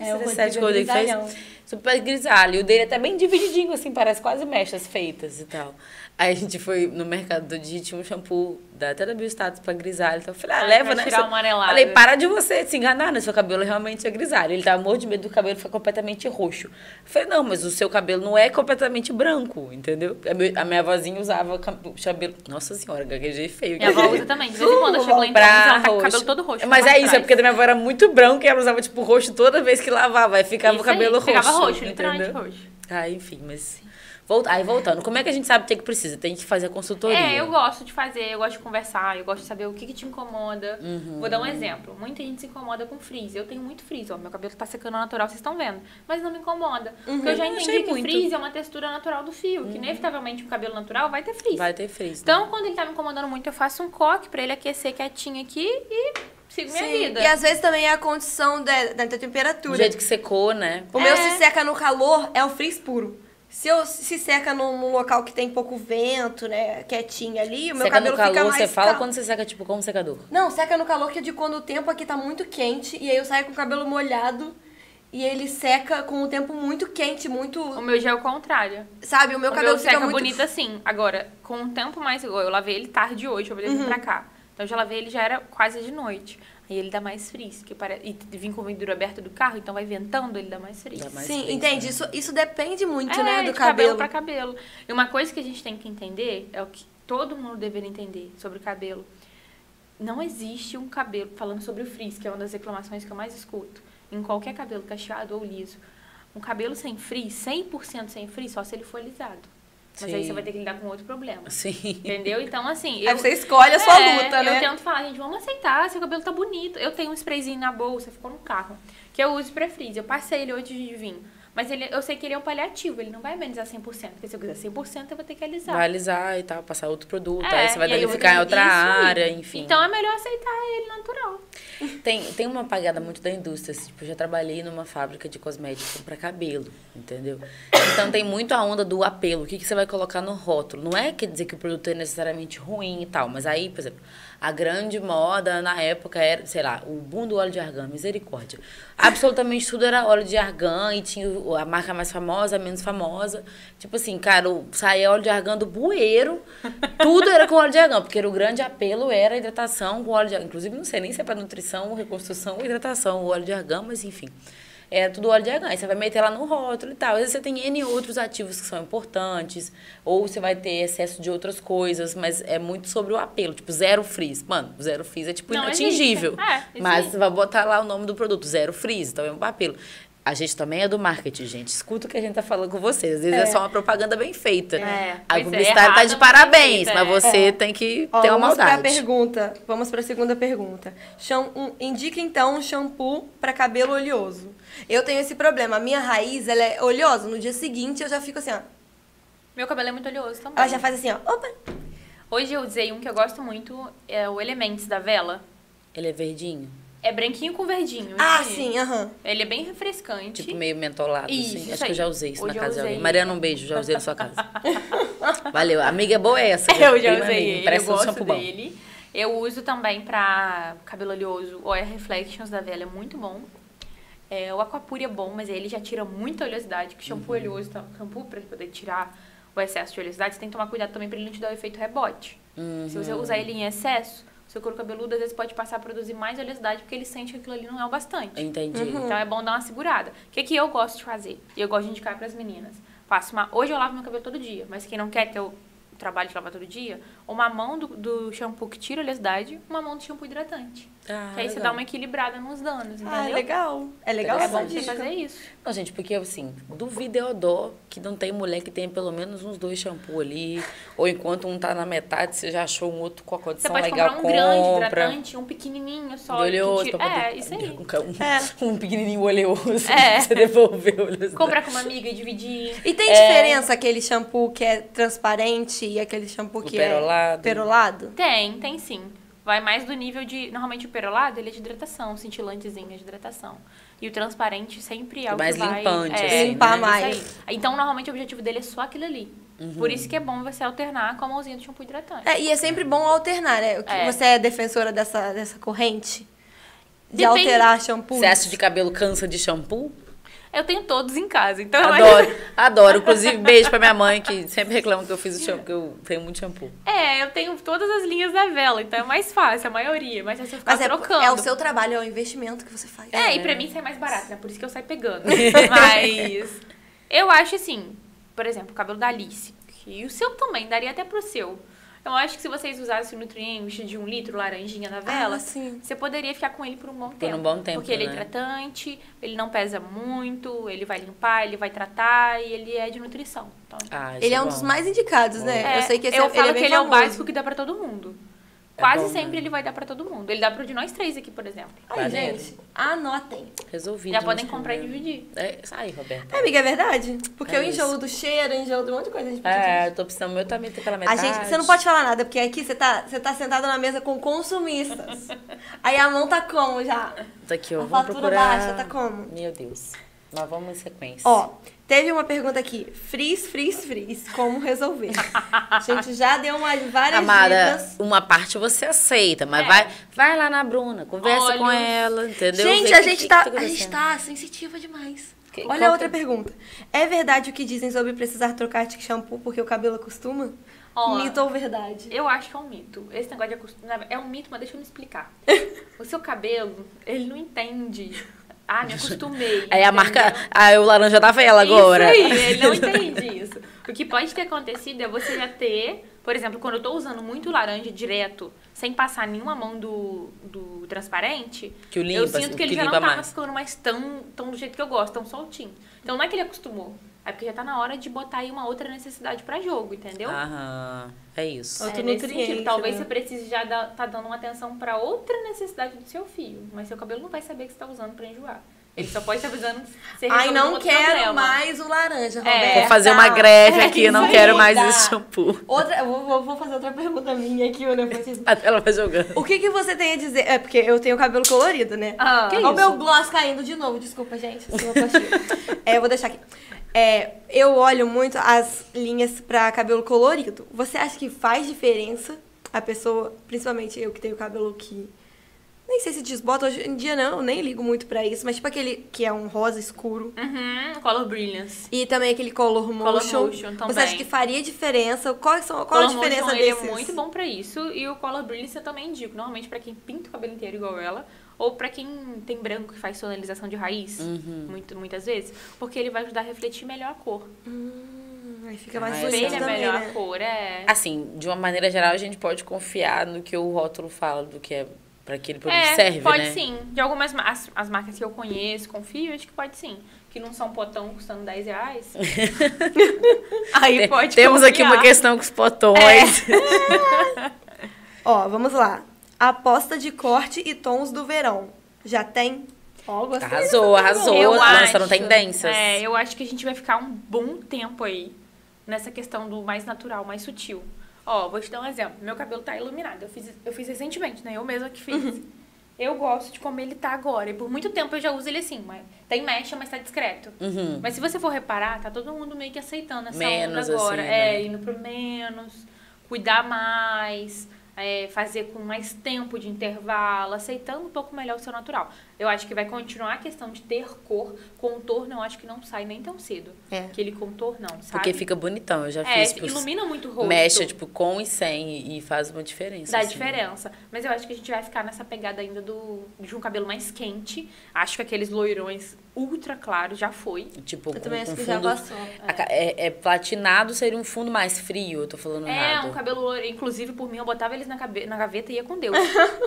É, o 37, Rodrigo é quando ele fez. grisalhão. super grisalho. O dele é até bem divididinho, assim, parece quase mechas feitas e tal. Aí a gente foi no mercado do dia, tinha um shampoo da, até da Biostatus pra grisalho. Então eu falei, ah, Ah, leva, pra né? tirar o amarelado. Falei, para de você se enganar, né? Seu cabelo realmente é grisalho. Ele tava morto de medo do cabelo ficar completamente roxo. Eu falei, não, mas o seu cabelo não é completamente branco, entendeu? A meu- A minha avózinha usava cab- cabelo... Nossa senhora, gaguejei feio. Minha avó usa também. De vez em quando eu chego lá em casa, ela tá com o cabelo todo roxo. Mas pra é isso, é trás. porque da minha avó era muito branca e ela usava, tipo, roxo toda vez que lavava. Aí ficava Isso o cabelo aí, roxo. Ficava roxo, entendeu? literalmente roxo. Ah, enfim, mas... Volta... Aí, voltando, como é que a gente sabe o que, que precisa? Tem que fazer a consultoria. É, eu gosto de fazer, eu gosto de conversar, eu gosto de saber o que, que te incomoda. Uhum. Vou dar um exemplo. Muita gente se incomoda com frizz. Eu tenho muito frizz, ó. Meu cabelo tá secando natural, vocês estão vendo. Mas não me incomoda. Porque eu já Uhum. Eu achei entendi que muito. Uhum. frizz é uma textura natural do fio, que inevitavelmente o cabelo natural vai ter frizz. Vai ter frizz. né? Então, quando ele tá me incomodando muito, eu faço um coque pra ele aquecer quietinho aqui e sigo minha vida. E às vezes também é a condição da, da temperatura. Do jeito que secou, né? O meu É. se seca no calor é o frizz puro. Se eu se seca num, num local que tem pouco vento, né, quietinho ali, o meu seca no cabelo calor, fica mais você fala cal- quando você seca, tipo, como secador. Não, seca no calor que é de quando o tempo aqui tá muito quente e aí eu saio com o cabelo molhado e ele seca com o tempo muito quente, muito, O meu já é o contrário. sabe, o meu O cabelo meu fica seca muito bonito assim. Agora, com o tempo mais igual, eu lavei ele tarde hoje, eu vou Uhum. vir pra cá. Então, eu já lavei ele, já era quase de noite. Aí ele dá mais frizz, que parece... E vim com o vidro aberto do carro, então vai ventando, ele dá mais frizz. Dá mais Sim, frizz, entende? né? Isso, isso depende muito, assim, É, né, do de cabelo. pra cabelo. E uma coisa que a gente tem que entender é o que todo mundo deveria entender sobre o cabelo. Não existe um cabelo, falando sobre o frizz, que é uma das reclamações que eu mais escuto, em qualquer cabelo cacheado ou liso. Um cabelo sem frizz, 100% sem frizz, só se ele for alisado. Mas aí Sim. você vai ter que lidar com outro problema. Sim. Entendeu? Então, assim. Aí você escolhe a sua luta, né? É, Eu tento falar, gente, vamos aceitar, seu cabelo tá bonito. Eu tenho um sprayzinho na bolsa, ficou no carro, que eu uso pra frizz. Eu passei ele antes de vir. Mas ele, eu sei que ele é um paliativo, ele não vai amenizar 100%. Porque se eu quiser 100%, eu vou ter que alisar. Vai alisar e tal, passar outro produto, É, aí você vai e eu vou danificar ter em outra isso aí. área, enfim. Então é melhor aceitar ele natural. Tem, tem uma pagada muito da indústria. assim, Tipo, eu já trabalhei numa fábrica de cosmético para cabelo, entendeu? Então tem muito a onda do apelo. O que, que você vai colocar no rótulo? Não é quer dizer que o produto é necessariamente ruim e tal, mas aí, por exemplo, a grande moda na época era, sei lá, o boom do óleo de argan, misericórdia. Absolutamente tudo era óleo de argan e tinha o- a marca mais famosa, a menos famosa. Tipo assim, cara, o- saía óleo de argan do bueiro, tudo era com óleo de argan, porque era o grande apelo era a hidratação com óleo de argan. Inclusive, não sei nem se é para nutrição, reconstrução ou hidratação, o óleo de argan, mas enfim. É tudo óleo de argan. Aí você vai meter lá no rótulo e tal. Às vezes você tem N outros ativos que são importantes, ou você vai ter excesso de outras coisas, mas é muito sobre o apelo. Tipo, zero frizz. Mano, zero frizz é tipo Não inatingível. existe. É, isso mas aí. você vai botar lá o nome do produto, zero frizz, então é um apelo. A gente também é do marketing, gente. Escuta o que a gente tá falando com vocês. Às vezes é, só uma propaganda bem feita. É, A pois é, publicidade tá errada, de mas parabéns, feita, mas é. você tem que Ó, ter uma vamos pra maldade. pergunta. Vamos pra segunda pergunta. Cham- um- indica então um shampoo pra cabelo oleoso. Eu tenho esse problema. A minha raiz, ela é oleosa. No dia seguinte eu já fico assim, ó. Meu cabelo é muito oleoso também. Ela já faz assim, ó. Opa! Hoje eu usei um que eu gosto muito, é o Elements da Vela. Ele é verdinho, É branquinho com verdinho. Ah, isso aí. sim, aham. Ele é bem refrescante. tipo meio mentolado, Isso, assim. isso Acho que eu aí. já usei isso Hoje na eu casa de usei. alguém. Mariana, um beijo, já usei na sua casa. Valeu. Amiga boa é essa. né? Eu já Prima usei minha, ele, eu Presta um gosto shampoo bom. dele. Eu uso também pra cabelo oleoso, o Oil Reflections da Vela é muito bom. É, o Aquapuri é bom, mas ele já tira muita oleosidade, que o shampoo Uhum. oleoso, tá- shampoo pra ele poder tirar o excesso de oleosidade, você tem que tomar cuidado também pra ele não te dar o efeito rebote. Se você Uhum. usar ele em excesso, seu couro cabeludo às vezes pode passar a produzir mais oleosidade porque ele sente que aquilo ali não é o bastante. Entendi. Uhum. Então é bom dar uma segurada. O que, que eu gosto de fazer? E eu gosto de indicar para as meninas. Faço uma... Hoje eu lavo meu cabelo todo dia, mas quem não quer ter o trabalho de lavar todo dia, uma mão do, do shampoo que tira a oleosidade, uma mão do shampoo hidratante. Ah, que aí você legal. dá uma equilibrada nos danos, entendeu? Ah, é legal. É legal É essa bom você dica. fazer isso. Não, gente, porque assim, duvida é odó que não tem mulher que tenha pelo menos uns dois shampoo ali. Ou enquanto um tá na metade, você já achou um outro com a Você condição pode legal. comprar um grande compra. hidratante, um pequenininho só. De que oleoso tira- pra poder- É, isso aí. Um, ca- um- É. um pequenininho oleoso. É. pra Você devolver o oleoso. Comprar com uma amiga e dividir. E tem diferença aquele shampoo que é transparente e aquele shampoo O que é perolado. perolado? Tem, tem sim. Vai mais do nível de... Normalmente o perolado, ele é de hidratação, o cintilantezinho é de hidratação. E o transparente sempre é o Mais que vai... limpante, é, assim, Limpar né? Uhum. mais. Isso aí. Então, normalmente, o objetivo dele é só aquilo ali. Por isso que é bom você alternar com a mãozinha do shampoo hidratante. É, e é sempre bom alternar, né? O que- É. Você é defensora dessa, dessa corrente? De Depende- é alterar shampoo? Você acha de cabelo cansa de shampoo? Eu tenho todos em casa, então eu acho- Adoro, adoro. Inclusive, beijo pra minha mãe, que sempre reclama que eu fiz o shampoo, que eu tenho muito shampoo. É, eu tenho todas as linhas da vela, então é mais fácil, a maioria. Mas aí você ficar Mas é, Tá trocando. é o seu trabalho, é o investimento que você faz. É, e pra mim sai mais barato, né? Por isso que eu saio pegando. É Mas eu acho assim, por exemplo, o cabelo da Alice. E o seu também, daria até pro seu. Então, Eu acho que se vocês usassem o Nutrient de um litro laranjinha na vela, Ah, sim. você poderia ficar com ele por um bom um tempo. bom tempo, Porque ele é né? hidratante, ele não pesa muito, ele vai limpar, ele vai tratar e ele é de nutrição. Então, Ah, isso Ele é um bom. dos mais indicados, né? é, eu sei que esse eu é, falo ele é que bem ele é o famoso. básico que dá pra todo mundo. É Quase bom, sempre né? ele vai dar pra todo mundo. Ele dá pro de nós três aqui, por exemplo. Aí, Maneiro. gente, anotem. Resolvido. Já né, podem os comprar e problemas. dividir. É, sai, Roberta. É, amiga, é verdade? Porque É eu enjoo isso. do cheiro, eu enjoo de um monte de coisa. A gente, É, eu tô precisando, meu também tem pela a metade. gente você não pode falar nada, porque aqui você tá, você tá sentada na mesa com consumistas. Aí a mão tá como já? Tá aqui, ó, A vamos fatura procurar. baixa tá como? Meu Deus. Mas vamos em sequência. Ó, teve uma pergunta aqui. Frizz, frizz, frizz. Como resolver? A gente já deu uma, várias Amada, dicas. uma parte você aceita, mas É. vai, vai lá na Bruna, conversa Olha com os- ela, entendeu? Gente, Vê a um que- gente, que tá, que a gente acontecendo. tá sensitiva demais. Que- Olha qual a outra que- pergunta. É verdade o que dizem sobre precisar trocar de shampoo porque o cabelo acostuma? Ó. Mito ou verdade? Eu acho que é um mito. Esse negócio de acostumar. É um mito, mas deixa eu me explicar. o seu cabelo, ele não entende. Ah, me acostumei. Aí a entendeu? marca. Aí o laranja da vela agora. Isso aí, ele não entende isso. O que pode ter acontecido é você já ter, por exemplo, quando eu tô usando muito laranja direto, sem passar nenhuma mão do, do transparente, Que o eu limpa, assim, sinto que que ele já não limpa tá mais. ficando mais tão, tão do jeito que eu gosto, tão soltinho. Então não é que ele acostumou. É porque já tá na hora de botar aí uma outra necessidade pra jogo, entendeu? Ah, Aham. É isso. Outro é, nesse nutriente, sentido, talvez né? você precise já estar dando uma atenção para outra necessidade do seu fio, mas seu cabelo não vai saber que você está usando para enjoar. Ele só pode estar precisando ser Ai, resolvido um não outro quero problema. mais o laranja, É. Roberta. Vou fazer uma greve É aqui, eu não isso quero aí, mais dá. esse shampoo. Outra, eu vou, vou- vou fazer outra pergunta minha aqui, o nepotismo. A tela vai jogando. O que, que você tem a dizer? É porque eu tenho cabelo colorido, né? Ah. Olha o meu gloss caindo de novo, desculpa, gente. eu sou uma pastinha. é, eu vou deixar aqui. É, eu olho muito as linhas pra cabelo colorido. Você acha que faz diferença a pessoa, principalmente eu que tenho cabelo que. Nem sei se desbota hoje em dia, não, eu nem ligo muito pra isso, mas tipo aquele que é um rosa escuro. Uhum, color brilliance. E também aquele color motion. motion Você também. acha que faria diferença? Qual, são, qual color a diferença motion, desses? Ele é muito bom para isso e o color brilliance eu também indico, normalmente para quem pinta o cabelo inteiro igual ela ou para quem tem branco que faz tonalização de raiz, Uhum. muito, muitas vezes, porque ele vai ajudar a refletir melhor a cor. Hum, aí fica mais Ah, bonito Espelha também, melhor né? a cor, é. Assim, de uma maneira geral, a gente pode confiar no que o rótulo fala, do que é pra aquele produto é, serve, pode né? sim. De algumas ma- as, as marcas que eu conheço, confio, acho que pode sim. Que não são um potão custando 10 reais. Aí Te- pode Temos confiar. É. aqui uma questão com os potões. Ó, vamos lá. Aposta de corte e tons do verão. Já tem? Ó, gostei. Arrasou, arrasou. Eu Lançaram acho- tendências. É, eu acho que a gente vai ficar um bom tempo aí nessa questão do mais natural, mais sutil. Ó, vou te dar um exemplo. Meu cabelo tá iluminado. Eu fiz, eu fiz recentemente, né? Eu mesma que fiz. Uhum. Eu gosto de como ele tá agora. E por muito tempo eu já uso ele assim, mas tem mecha, mas tá discreto. Uhum. Mas se você for reparar, tá todo mundo meio que aceitando essa Menos, onda agora. assim, né? É, indo pro menos, cuidar mais, é, fazer com mais tempo de intervalo, aceitando um pouco melhor o seu natural. Eu acho que vai continuar a questão de ter cor. Contorno eu acho que não sai nem tão cedo. É. Aquele contorno não, sabe? Porque fica bonitão, eu já É, fiz. pros- ilumina muito o rosto. Mexe, tipo, com e sem, e faz uma diferença. Dá assim. diferença. Mas eu acho que a gente vai ficar nessa pegada ainda do, de um cabelo mais quente. Acho que aqueles loirões ultra claros já foi. Tipo, Eu com, também acho com que já fundo. passou. a ca- É, é platinado seria um fundo mais frio, eu tô falando É, errado. um cabelo loiro. Inclusive, por mim, eu botava eles na, cabe- na gaveta e ia com Deus.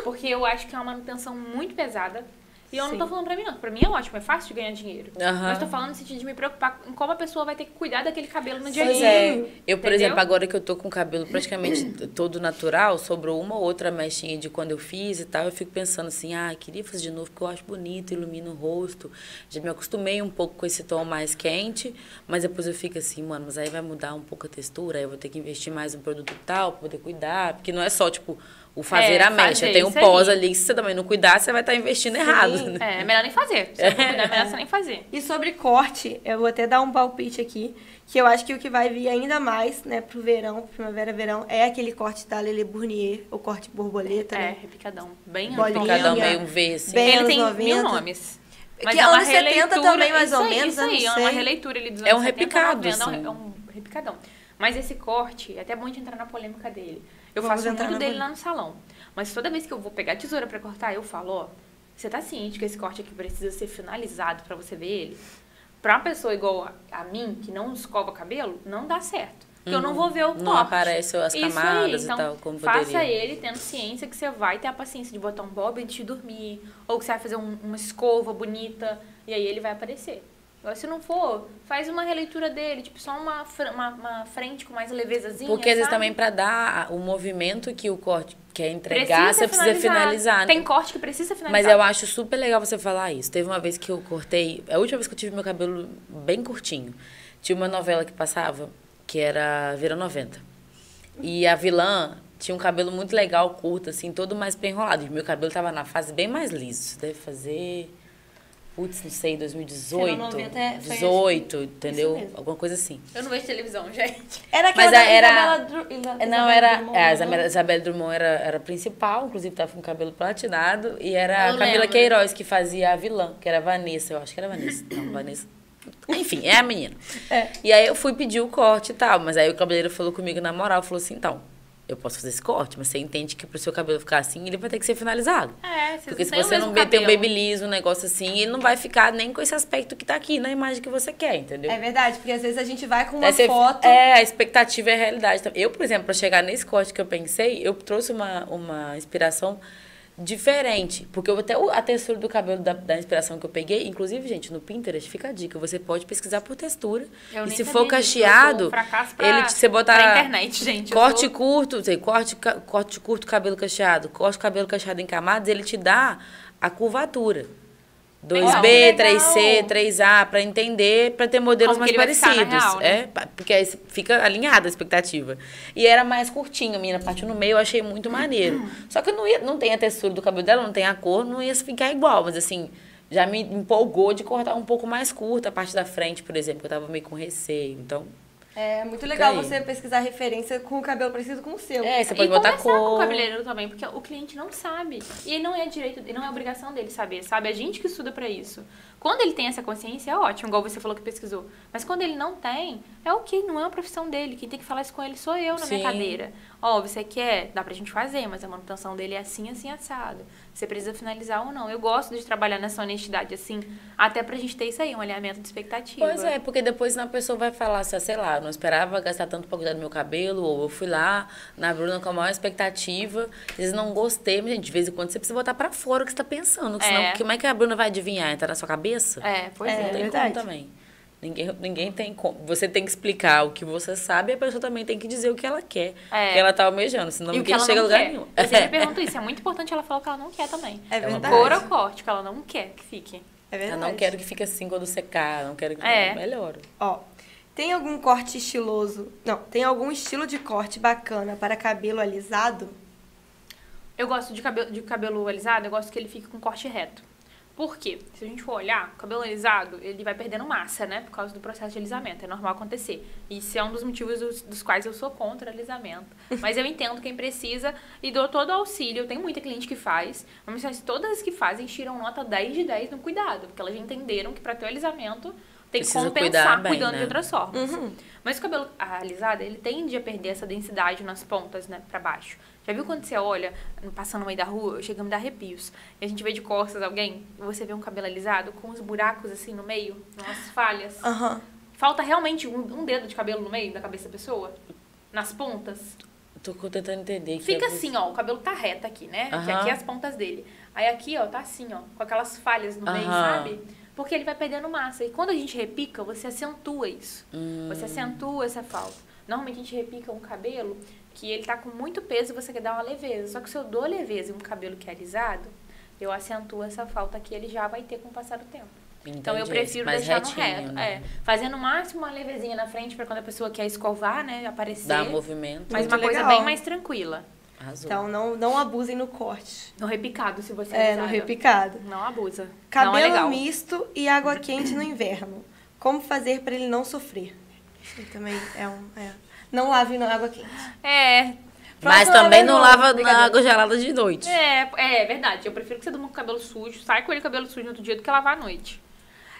Porque eu acho que é uma manutenção muito pesada. E eu não tô Sim. falando pra mim, não. Pra mim é ótimo, é fácil de ganhar dinheiro. Aham. Mas tô falando no sentido de me preocupar em como a pessoa vai ter que cuidar daquele cabelo no dia a Pois dia. é. Eu, por Entendeu? exemplo, agora que eu tô com o cabelo praticamente todo natural, sobrou uma ou outra mechinha de quando eu fiz e tal, eu fico pensando assim, ah, queria fazer de novo porque eu acho bonito, ilumina o rosto. Já me acostumei um pouco com esse tom mais quente, mas depois eu fico assim, mano, mas aí vai mudar um pouco a textura, aí eu vou ter que investir mais no produto tal pra poder cuidar, porque não é só, tipo, o fazer É, a mecha, fazer tem um isso pós aí. ali, que se você também não cuidar, você vai estar investindo errado, né? É, melhor nem fazer. Se eu não cuidar, é melhor você nem fazer. E sobre corte, eu vou até dar um palpite aqui, que eu acho que o que vai vir ainda mais, né, pro verão, primavera, verão, é aquele corte da Lele Bournier, o corte borboleta, É, né? repicadão. Bem Bolinha. antonado. Cada um meio um V, assim. Bem Ele anos tem 90. mil nomes. Que é anos 70 também, mais isso ou aí, menos, Isso eu não aí, é sei. uma releitura ali dos É um anos 70, repicado, 90, é um re- assim. É um repicadão. Mas esse corte, é até bom a gente entrar na polêmica dele. Eu Vamos faço entrar na muito dele polêmica. lá no salão. Mas toda vez que eu vou pegar a tesoura pra cortar, eu falo, ó, você tá ciente que esse corte aqui precisa ser finalizado pra você ver ele? Pra uma pessoa igual a, a mim, que não escova cabelo, não dá certo. Porque eu não vou ver o corte. Uhum. Não aparece as é, Isso aí, camadas e então, tal, como faça poderia. ele tendo ciência que você vai ter a paciência de botar um bob antes de dormir, ou que você vai fazer um- uma escova bonita, e aí ele vai aparecer. Agora, se não for, faz uma releitura dele, tipo, só uma, fr- uma, uma frente com mais levezazinha, Porque às vezes sabe? também pra dar o movimento que o corte quer entregar, você ser precisa finalizar. né? finalizado. Tem corte que precisa né? finalizar. Mas eu acho super legal você falar isso. Teve uma vez que eu cortei, é a última vez que eu tive meu cabelo bem curtinho. Tinha uma novela que passava, que era Verão 90. E a vilã tinha um cabelo muito legal, curto, assim, todo mais bem enrolado. E meu cabelo tava na fase bem mais liso. Deve fazer. Putz, não sei, 2018. Verão 90 é- foi 18, entendeu? mesmo. Alguma coisa assim. Eu não vejo televisão, gente. Era aquela Mas da a- era- Isabela Dru- Isa- É, Não, Isabela era. Drummond, É, a né? Isabela- Isabela Drummond era, era a principal, inclusive tava com o cabelo platinado. E era Eu a Camila lembro. Queiroz que fazia a vilã, que era a Vanessa, eu acho que era a Vanessa. Não, Vanessa. Enfim, é a menina. É. E aí eu fui pedir o corte e tal, mas aí o cabeleireiro falou comigo na moral, falou assim: então, eu posso fazer esse corte, mas você entende que pro seu cabelo ficar assim, ele vai ter que ser finalizado. É, vocês Porque se têm o você não mesmo meter um cabelo. babyliss, um negócio assim, ele não vai ficar nem com esse aspecto que tá aqui na imagem que você quer, entendeu? É verdade, porque às vezes a gente vai com uma Aí você- foto. É, a expectativa é a realidade. também. Eu, por exemplo, para chegar nesse corte que eu pensei, eu trouxe uma, uma inspiração diferente. Porque eu até o- a textura do cabelo da, da inspiração que eu peguei, inclusive, gente, no Pinterest fica a dica. Você pode pesquisar por textura. Eu e nem se for sabia disso, eu sou um cacheado, fracasso pra- ele te- você botar. pra internet, gente, eu Corte sou- curto, sei, corte, ca- corte curto, cabelo cacheado, corte cabelo cacheado em camadas, ele te dá a curvatura. 2B, Legal. 3C, 3A, pra entender, pra ter modelos Como mais que ele vai ficar parecidos. na real, né? É, pa- porque aí fica alinhada a expectativa. E era mais curtinho, a menina partiu no meio, eu achei muito maneiro. Só que não, ia, não tem a textura do cabelo dela, não tem a cor, não ia ficar igual, mas assim, já me empolgou de cortar um pouco mais curta a parte da frente, por exemplo, que eu tava meio com receio. Então, É, muito legal Fica aí. você pesquisar referência com o cabelo parecido com o seu. é, você pode e botar conversar com o cor. cabeleireiro também, porque o cliente não sabe. E ele não é direito, e não é obrigação dele saber, sabe? A gente que estuda pra isso. Quando ele tem essa consciência, é ótimo, igual você falou que pesquisou. Mas quando ele não tem, é o que não é a profissão dele. Quem tem que falar isso com ele sou eu na Sim. minha cadeira. Ó, você quer? Dá pra gente fazer, mas a manutenção dele é assim, assim, assado. Você precisa finalizar ou não. Eu gosto de trabalhar nessa honestidade, assim, até pra gente ter isso aí, um alinhamento de expectativa. Pois é, porque depois a pessoa vai falar assim, ah, sei lá, eu não esperava gastar tanto pra cuidar do meu cabelo, ou eu fui lá na Bruna com a maior expectativa, às vezes não gostei, mas, gente, de vez em quando você precisa botar pra fora o que você tá pensando, que senão É. como é que a Bruna vai adivinhar? Entra na sua cabeça? É, pois É, Não tem é. verdade. como também. Ninguém, ninguém tem como. Você tem que explicar o que você sabe e a pessoa também tem que dizer o que ela quer, É. o que ela tá almejando, senão E o que ninguém ela chega a não lugar quer. nenhum. Eu sempre pergunto isso. É muito importante ela falar o que ela não quer também. É É uma verdade. Cor ou corte, que ela não quer que fique. É Eu verdade. não quero que fique assim quando secar, não quero que É. melhore. Ó, tem algum corte estiloso? Não, tem algum estilo de corte bacana para cabelo alisado? Eu gosto de cabelo, de cabelo alisado, eu gosto que ele fique com corte reto. Por quê? Se a gente for olhar, o cabelo alisado, ele vai perdendo massa, né? Por causa do processo de alisamento. É normal acontecer. E Isso é um dos motivos dos, dos quais eu sou contra o alisamento. Mas eu entendo quem precisa e dou todo o auxílio. Tem muita cliente que faz, mas todas as que fazem tiram nota 10 de 10 no cuidado. Porque elas já entenderam que para ter o alisamento tem que Precisa compensar cuidar bem, cuidando né? de outras formas. Mas o cabelo alisado, ele tende a perder essa densidade nas pontas, né, pra baixo. Já viu quando você olha, passando no meio da rua, chega a me dar arrepios. E a gente vê de costas alguém, e você vê um cabelo alisado com uns buracos assim no meio, umas falhas. Aham. Falta realmente um, um dedo de cabelo no meio da cabeça da pessoa? Nas pontas? Tô tentando entender. que Fica é assim, ó, o cabelo tá reto aqui, né? Que Aham. aqui é as pontas dele. Aí aqui, ó, tá assim, ó, com aquelas falhas no meio, Aham. sabe? Porque ele vai perdendo massa. E quando a gente repica, você acentua isso. Você Hum. acentua essa falta. Normalmente a gente repica um cabelo que ele tá com muito peso e você quer dar uma leveza. Só que se eu dou leveza em um cabelo que é alisado, eu acentuo essa falta que ele já vai ter com o passar do tempo. Então eu Entendi. prefiro Mais deixar retinho, no reto. né? É. Fazendo o máximo uma levezinha na frente pra quando a pessoa quer escovar, né? Aparecer. Dá movimento. Mas Muito uma coisa legal. bem mais tranquila. Arrasou. Então não, não abusem no corte. No repicado, se você É, usar. no repicado. Não abusa. não é Cabelo legal. misto e água quente no inverno. Como fazer para ele não sofrer? Isso também é um. é. Não lave na água quente. É. Mas Pronto, também não não, lava na brincadeira. água gelada de noite. É, é verdade. Eu prefiro que você durma com o cabelo sujo, sai com ele com o cabelo sujo no outro dia do que lavar à noite.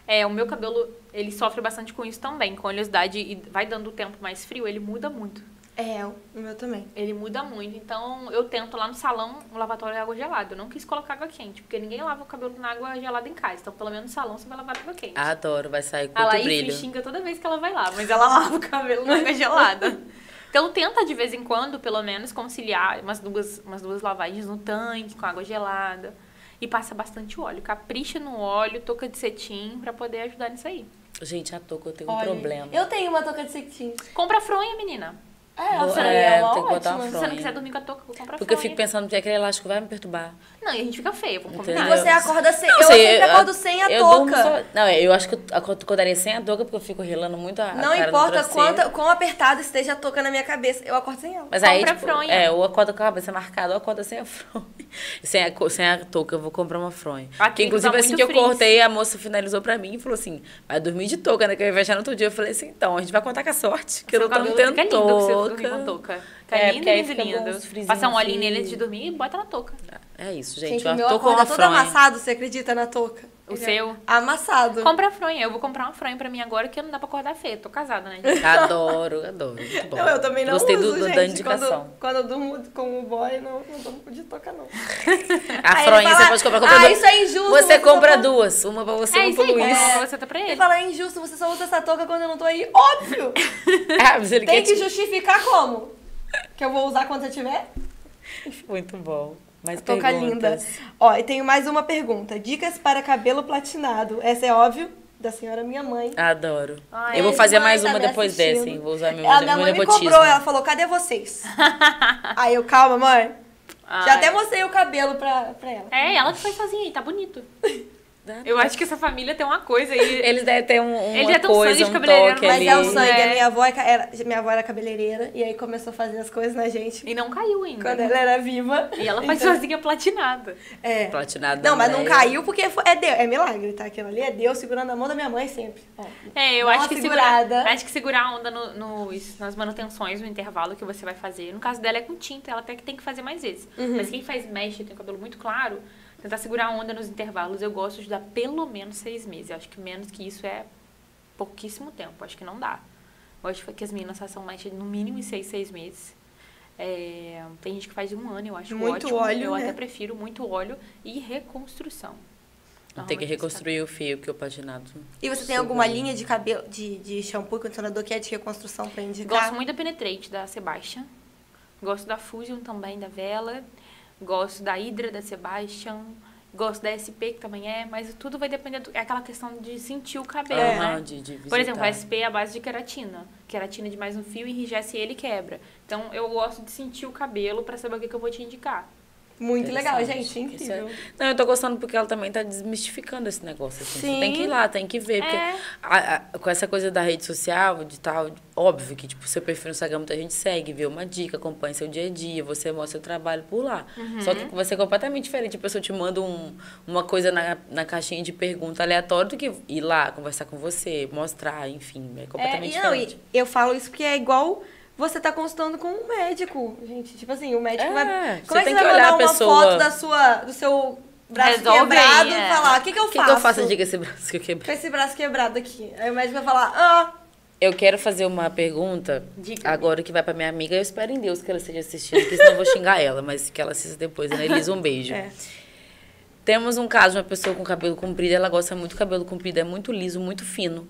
É, o meu cabelo, ele sofre bastante com isso também, com a oleosidade e vai dando o tempo mais frio, ele muda muito. É, o meu também. Ele muda muito. Então, eu tento lá no salão o lavatório é água gelada. Eu não quis colocar água quente, porque ninguém lava o cabelo na água gelada em casa. Então, pelo menos no salão você vai lavar com água quente. Adoro, vai sair Ah, com A outro Laís me brilho. xinga toda vez que ela vai lá, mas ela lava o cabelo na água gelada. Então tenta de vez em quando, pelo menos, conciliar umas duas, umas duas lavagens no tanque com água gelada. E passa bastante óleo. Capricha no óleo, touca de cetim pra poder ajudar nisso aí. Gente, à toa que eu tenho um Olha, problema. Eu tenho uma touca de cetim. Compra fronha, menina. É, Boa, a Fran é, é uma tem que botar uma ótima. Se você Fronha. não quiser dormir com a touca, compra Porque eu fronha. fico pensando que aquele elástico vai me perturbar. Não, e a gente fica feia, vamos Entendeu? E combinar. você acorda sem. eu Ah, sei, sempre acordo sem a eu durmo touca. só- Não, eu acho que eu acordo- acordaria sem a touca porque eu fico relando muito a a Não cara no importa travesseiro. quanta, quão apertada esteja a touca na minha cabeça, eu acordo sem ela. Mas aí, Compra tipo, fronha. é, ou acorda com a cabeça marcada, ou acorda sem a fronha. Sem a, co- sem a touca, eu vou comprar uma fronha. Ah, tem que que inclusive, usar assim muito que eu frizz. cortei, a moça finalizou pra mim e falou assim, vai dormir de touca, né? Que eu ia viajar no outro dia. Eu falei assim, então, a gente vai contar com a sorte, que eu Seu não tô não cabelo fica tendo lindo que você dormir com a touca. touca. Fica É, porque lindo, aí lindo, fica bom, os lindo. frisinhos Passa um olhinho assim. nele antes de dormir e bota na touca. É isso, gente. Gente, eu o meu tô com uma acorda todo fronha. amassado, você acredita na touca? O Ele é seu? Amassado. Compra a fronha. Eu vou comprar uma fronha pra mim agora, que não dá pra acordar feia. Tô casada, né, gente? Adoro, adoro. Muito bom. Não, eu também não Gostei uso, do, do- gente. da indicação. Quando, quando eu durmo com o boy, não, não durmo de touca, A não. Aí ele fronha, fala, você pode comprar. compra "Ah, duas." isso é injusto, Você, você compra compra- duas. Uma pra você e É uma isso pro aí, Luiz. compra uma você pra Ele ele. fala, é injusto, você só usa essa touca quando eu não tô aí. Óbvio! Ah, mas ele Tem quer que te- justificar como? Que eu vou usar quando eu tiver? Muito bom. Mas Touca é perguntas. linda. Ó, e tenho mais uma pergunta. Dicas para cabelo platinado. Essa é óbvio, da senhora minha mãe. Adoro. Ai, Ah, eu vou Beijo, fazer mãe, mais tá uma me depois assistindo. dessa, hein? Vou usar meu, Ela- meu minha mãe me nepotismo. cobrou, ela falou, cadê vocês? Aí eu, calma, mãe. Já Ai. até mostrei o cabelo pra, pra ela. Ah, É, ela que foi sozinha e tá bonito. Dá- Eu acho que essa família tem uma coisa aí. Eles devem ter um, uma é Eles já tão sangue de coisa, um cabeleireiro, toque mas ali. Mas é o sangue. É. né? A minha avó, é ca- era, minha avó era cabeleireira e aí começou a fazer as coisas na gente E não caiu ainda. quando ela era viva. E ela faz Então, sozinha platinada. É. Platinado. Não, mas não né? caiu porque foi- é Deus, é milagre, tá? Aquilo ali é Deus segurando a mão da minha mãe sempre. Ó. É, eu Dá acho uma que segurada. Segurar, acho que segurar a onda no- nos- nas manutenções, no intervalo que você vai fazer. No caso dela é com tinta, ela até que tem que fazer mais vezes. Uhum. Mas quem faz mecha e tem o cabelo muito claro, tentar segurar a onda nos intervalos, eu gosto de dar pelo menos seis meses. Eu acho que menos que isso é pouquíssimo tempo. Acho que não dá. Eu acho que as meninas façam mecha no mínimo em seis, seis meses. É, tem gente que faz de um ano, eu acho Muito ótimo. óleo, eu né? até prefiro muito óleo e reconstrução. Tem que Normalmente você reconstruir o fio, porque o platinado... E você é tem alguma linha de cabelo, de, de shampoo e condicionador que é de reconstrução pra indicar? Gosto muito da Penetrate, da Sebastian. Gosto da Fusion também, da Vela. Gosto da Hydra, da Sebastian. Gosto da SP, que também é. Mas tudo vai depender... Do, é aquela questão de sentir o cabelo, É. né? de, de Por exemplo, a visitar. SP é a base de queratina. Queratina de mais um fio, enrijece ele e quebra. Então, eu gosto de sentir o cabelo pra saber o que, que eu vou te indicar. Muito legal, Interessante. gente. Isso é- Incrível. Não, eu tô gostando porque ela também tá desmistificando esse negócio. Assim. Você Sim. tem que ir lá, tem que ver. Porque É. a- a- com essa coisa da rede social, de tal, óbvio que, tipo, seu perfil no Instagram muita gente segue, vê uma dica, acompanha seu dia a dia, você mostra seu trabalho por lá. Uhum. Só que você é completamente diferente. A pessoa te manda um- uma coisa na, na caixinha de pergunta aleatória do que ir lá, conversar com você, mostrar, enfim. É É, completamente e não, e diferente. eu falo isso porque é igual você tá consultando com um médico, gente. Tipo assim, o médico É, vai. você Como tem é que você vai que olhar mandar a uma pessoa. foto da sua, do seu braço Resolve aí, quebrado é. e falar: o que, que eu O que, faço? que eu faço? Diga esse braço que eu quebrei. Com esse braço quebrado aqui. Aí o médico vai falar: ah, Eu quero fazer uma pergunta Diga. agora que vai pra minha amiga. Eu espero em Deus que ela esteja assistindo, porque senão eu vou xingar ela, mas que ela assista depois, né? Elisa, um beijo. É. Temos um caso de uma pessoa com cabelo comprido, ela gosta muito do cabelo comprido, é muito liso, muito fino.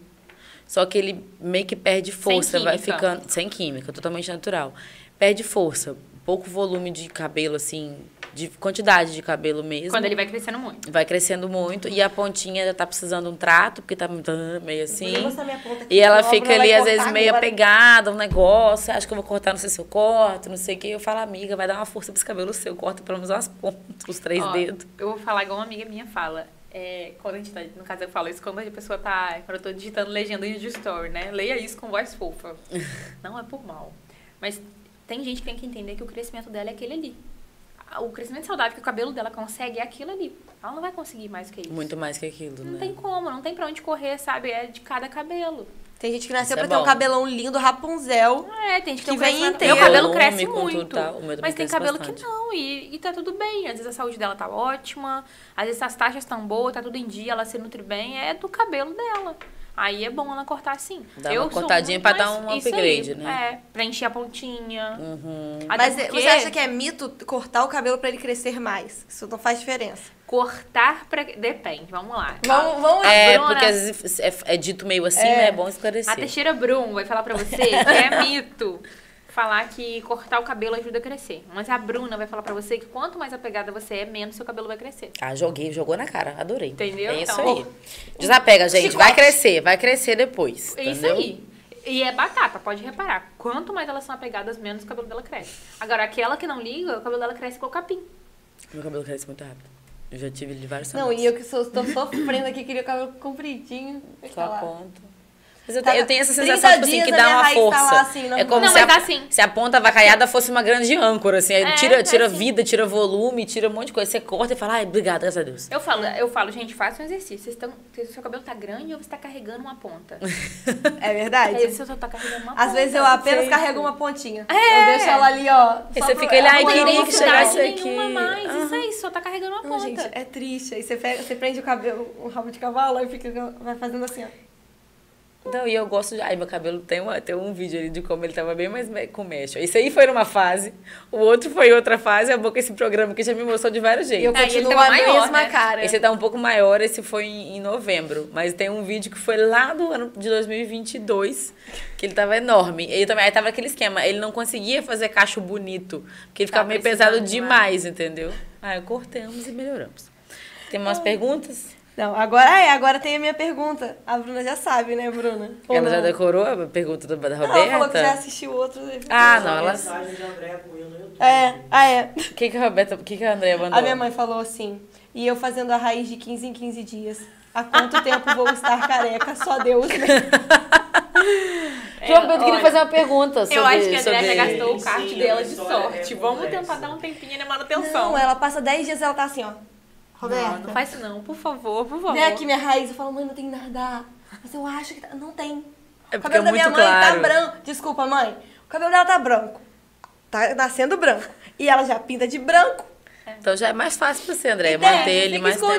Só que ele meio que perde força, vai química. ficando. Sem química, totalmente natural. Perde força, pouco volume de cabelo, assim, de quantidade de cabelo mesmo. Quando ele vai crescendo muito. Vai crescendo muito e a pontinha já tá precisando de um trato, porque tá hum, meio assim. Vou mostrar minha ponta aqui, E ela senão a fica Bruna ali, vai às vezes, cortar meio agora. apegada, um negócio. Acho que eu vou cortar, não sei se eu corto, não sei o quê. Eu falo, amiga, vai dar uma força pros cabelos seu, corta pelo menos umas pontas, os três Ó, dedos. Eu vou falar igual uma amiga minha fala. É, quando a gente tá, no caso eu falo isso, quando a pessoa tá, quando eu tô digitando legenda de story, né? Leia isso com voz fofa. Não é por mal. Mas tem gente que tem que entender que o crescimento dela é aquele ali. Ah, O crescimento saudável que o cabelo dela consegue é aquilo ali. Ela não vai conseguir mais que isso. Muito mais que aquilo, Não né? tem como, não tem pra onde correr, sabe? É de cada cabelo. Tem gente que Isso nasceu é pra ter um bom. cabelão lindo, Rapunzel. É, tem gente Que que, não cresce vem nada. inteiro. Meu cabelo Volume, cresce com tudo, muito. tá? O meu também mas tem cresce cabelo que bastante. não, e, e tá tudo bem. Às vezes a saúde dela tá ótima, às vezes as taxas estão boas, tá tudo em dia, ela se nutre bem, é do cabelo dela. Aí é bom ela cortar assim. Dá uma Eu sou cortadinha muito pra dar mais um isso upgrade, aí. né? Uhum. É, pra encher a pontinha. Até Mas porque você acha que é mito cortar o cabelo pra ele crescer mais? Isso não faz diferença. cortar pra... Depende, vamos lá. Vamos, vamos. É, Bruna. porque às vezes é, é dito meio assim, né? É bom A esclarecer. Teixeira Brum vai falar pra você que é mito falar que cortar o cabelo ajuda a crescer. Mas a Bruna vai falar pra você que quanto mais apegada você é, menos seu cabelo vai crescer. Ah, joguei, jogou na cara, adorei. Entendeu? É isso Então, aí. Desapega, gente. chicote. Vai crescer, vai crescer depois. É isso entendeu? aí. E é batata, pode reparar. Quanto mais elas são apegadas, menos o cabelo dela cresce. Agora, aquela que não liga, o cabelo dela cresce igual capim. Meu cabelo cresce muito rápido. Eu já tive ele de vários Não, tamanhos. e eu que sou, tô sofrendo aqui, queria o cabelo compridinho. Só Sei tá lá. ponto. Mas eu, Tá- te- eu tenho essa 30 sensação, tipo assim, dias que a dá minha uma raiz tá força. lá, assim, não- é como Não, se, mas tá a, assim. se a ponta vacaiada fosse uma grande âncora, assim. aí É, tira tá tira assim. vida, tira volume, tira um monte de coisa. Você corta e fala, ai, obrigada, graças a Deus. Eu falo, eu falo, gente, faça um exercício. Vocês estão, se o seu cabelo tá grande ou você tá carregando uma ponta? É um Às verdade. vezes eu só tô tá carregando uma ponta. Às vezes eu apenas Sim. carrego uma pontinha. Eu deixo ela ali, ó. Aí só você pro- É. fica, ele, é ai, uma queria que identidade. chegasse Densidade aqui. nenhuma mais. Isso aí, só tá carregando uma Não, ponta. gente, é triste. Aí você, pega, você prende o cabelo, o rabo de cavalo, aí fica, vai fazendo assim, ó. É, Não, e eu gosto de. Ai, meu cabelo tem, uma, tem um vídeo ali de como ele tava bem mais me- com mecha. Isso aí foi numa fase, o outro foi outra fase, a boca esse programa que já me mostrou de vários E eu jeitos. Aí ele continuo tava a maior, mesma né? cara. tá Esse tá um pouco maior, esse foi em, em novembro. Mas tem um vídeo que foi lá do ano de 2022, que ele tava enorme. Ele também, aí tava aquele esquema, ele não conseguia fazer cacho bonito, porque ele ficava Tá meio precisando pesado demais. demais, entendeu? Aí cortamos e melhoramos. Tem umas perguntas? Não, agora é, agora tem a minha pergunta. A Bruna já sabe, né, Bruna? Ou ela já não? decorou a pergunta da, da Não, Roberta? Ela falou que já assistiu outro. Ah, não, Essa ela- mensagem de André Cunha no YouTube. É, ah, é. O que, que a Roberta, o que, que a Andrea mandou? A minha mãe falou assim, e eu fazendo a raiz de 15 em 15 dias. Há quanto tempo vou estar careca? Só Deus. né? João Bento queria Eu- É, olha, fazer uma pergunta sobre Eu acho que a Andrea sobre... já gastou o kart Sim, dela a de história é sorte. Vamos complexa. tentar dar um tempinho na manutenção. Não, ela passa 10 dias e ela tá assim, ó. Não, não faz isso não, por favor, por favor. Vem aqui minha raiz. Eu falo, mãe, não tem nada. Mas eu acho que tá... não tem. É o porque é cabelo da minha muito mãe tá claro. branco. Desculpa, mãe. O cabelo dela tá branco. Tá nascendo branco. E ela já pinta de branco. Então já é mais fácil pra você, André, Entende? manter ele Fica mais tempo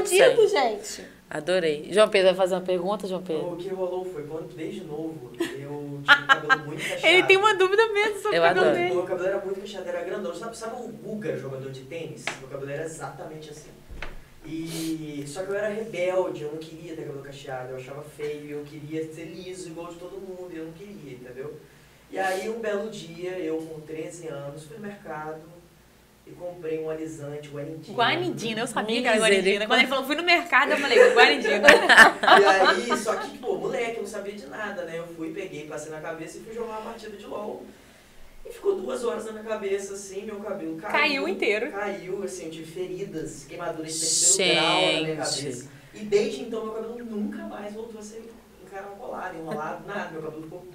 sem. escondido, gente. Adorei. João Pedro vai fazer uma pergunta, João Pedro? O que rolou foi quando, desde novo, eu tinha o cabelo muito cacheado. Ele tem uma dúvida mesmo sobre Eu o cabelo adoro. O dele. Meu cabelo era muito cacheado, era grandão. Sabe, sabe o Guga, jogador de tênis? Meu cabelo era exatamente assim. E só que eu era rebelde, eu não queria ter cabelo cacheado, eu achava feio, eu queria ser liso igual de todo mundo, e eu não queria, entendeu? E aí um belo dia, eu com 13 anos, fui no mercado e comprei um alisante, Guarindina. Guanidina, eu sabia que era Misericórdia. Guanidina. Quando ele falou, fui no mercado, eu falei, Guanidina. E aí, só que, pô, moleque, eu não sabia de nada, né? Eu fui, peguei, passei na cabeça e fui jogar uma partida de LOL. E ficou duas horas na minha cabeça, assim, meu cabelo caiu. Caiu inteiro. Caiu, assim, eu tive feridas, queimaduras de terceiro grau na minha Gente. cabeça. E desde então, meu cabelo nunca mais voltou a ser um encaracolado, enrolado, nada. Meu cabelo ficou...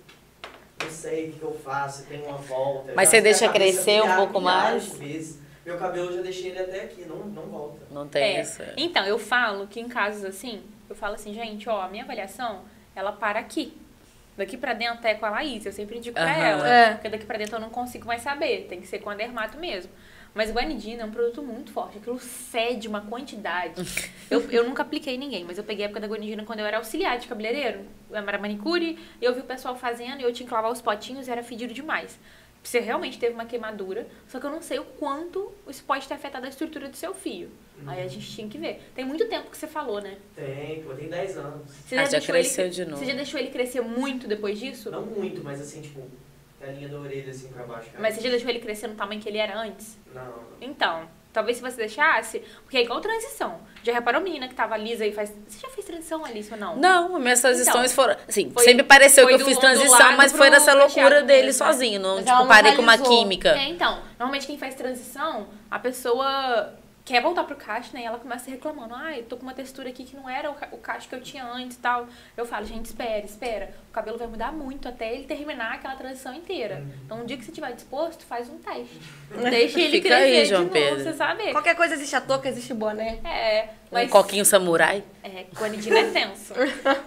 Não sei o que que eu faço, tem uma volta. Mas você Já fiz a deixa cabeça crescer um milhares, pouco mais? milhares de vezes. Meu cabelo, eu já deixei ele até aqui, não, não volta. Não tem É. isso. Então, eu falo que em casos assim, eu falo assim, gente, ó, a minha avaliação, ela para aqui. Daqui pra dentro é com a Laís, eu sempre indico pra Aham. ela. É. Porque daqui pra dentro eu não consigo mais saber, tem que ser com a dermato mesmo. Mas guanidina é um produto muito forte, aquilo cede uma quantidade. eu, eu nunca apliquei em ninguém, mas eu peguei a época da guanidina quando eu era auxiliar de cabeleireiro, eu era manicure, e eu vi o pessoal fazendo e eu tinha que lavar os potinhos e era fedido demais. Você realmente teve uma queimadura, só que eu não sei o quanto isso pode ter afetado a estrutura do seu fio. Aí a gente tinha que ver. Tem muito tempo que você falou, né? Tem, pô, tem 10 anos. Você Ah, já deixou ele- cresceu de novo. Você já deixou ele crescer muito depois disso? Não muito, mas assim, tipo, da linha da orelha assim pra baixo. Cara. Mas você já deixou ele crescer no tamanho que ele era antes? Não. Então, talvez se você deixasse... Porque é igual transição. Já reparou a menina que tava lisa e faz... Você já fez transição, Alice, ou não? Não, minhas transições foram. Assim, Então, foi- sempre pareceu foi que eu do fiz ondulado transição, mas pro foi nessa loucura cacheado dele mesmo, né? sozinho. Não, Mas tipo, ela não parei com uma realizou. química. É, então. Normalmente quem faz transição, a pessoa quer voltar pro cacho, né? E ela começa reclamando. Ai, tô com uma textura aqui que não era o ca- o cacho que eu tinha antes e tal. Eu falo, gente, espera, espera. O cabelo vai mudar muito até ele terminar aquela transição inteira. Então, um dia que você estiver disposto, faz um teste. Deixa ele Fica aí, crescer de João novo, Pedro. você sabe? Qualquer coisa existe a touca, existe boné. É, Um mas... coquinho samurai. É, Guanidina é tenso.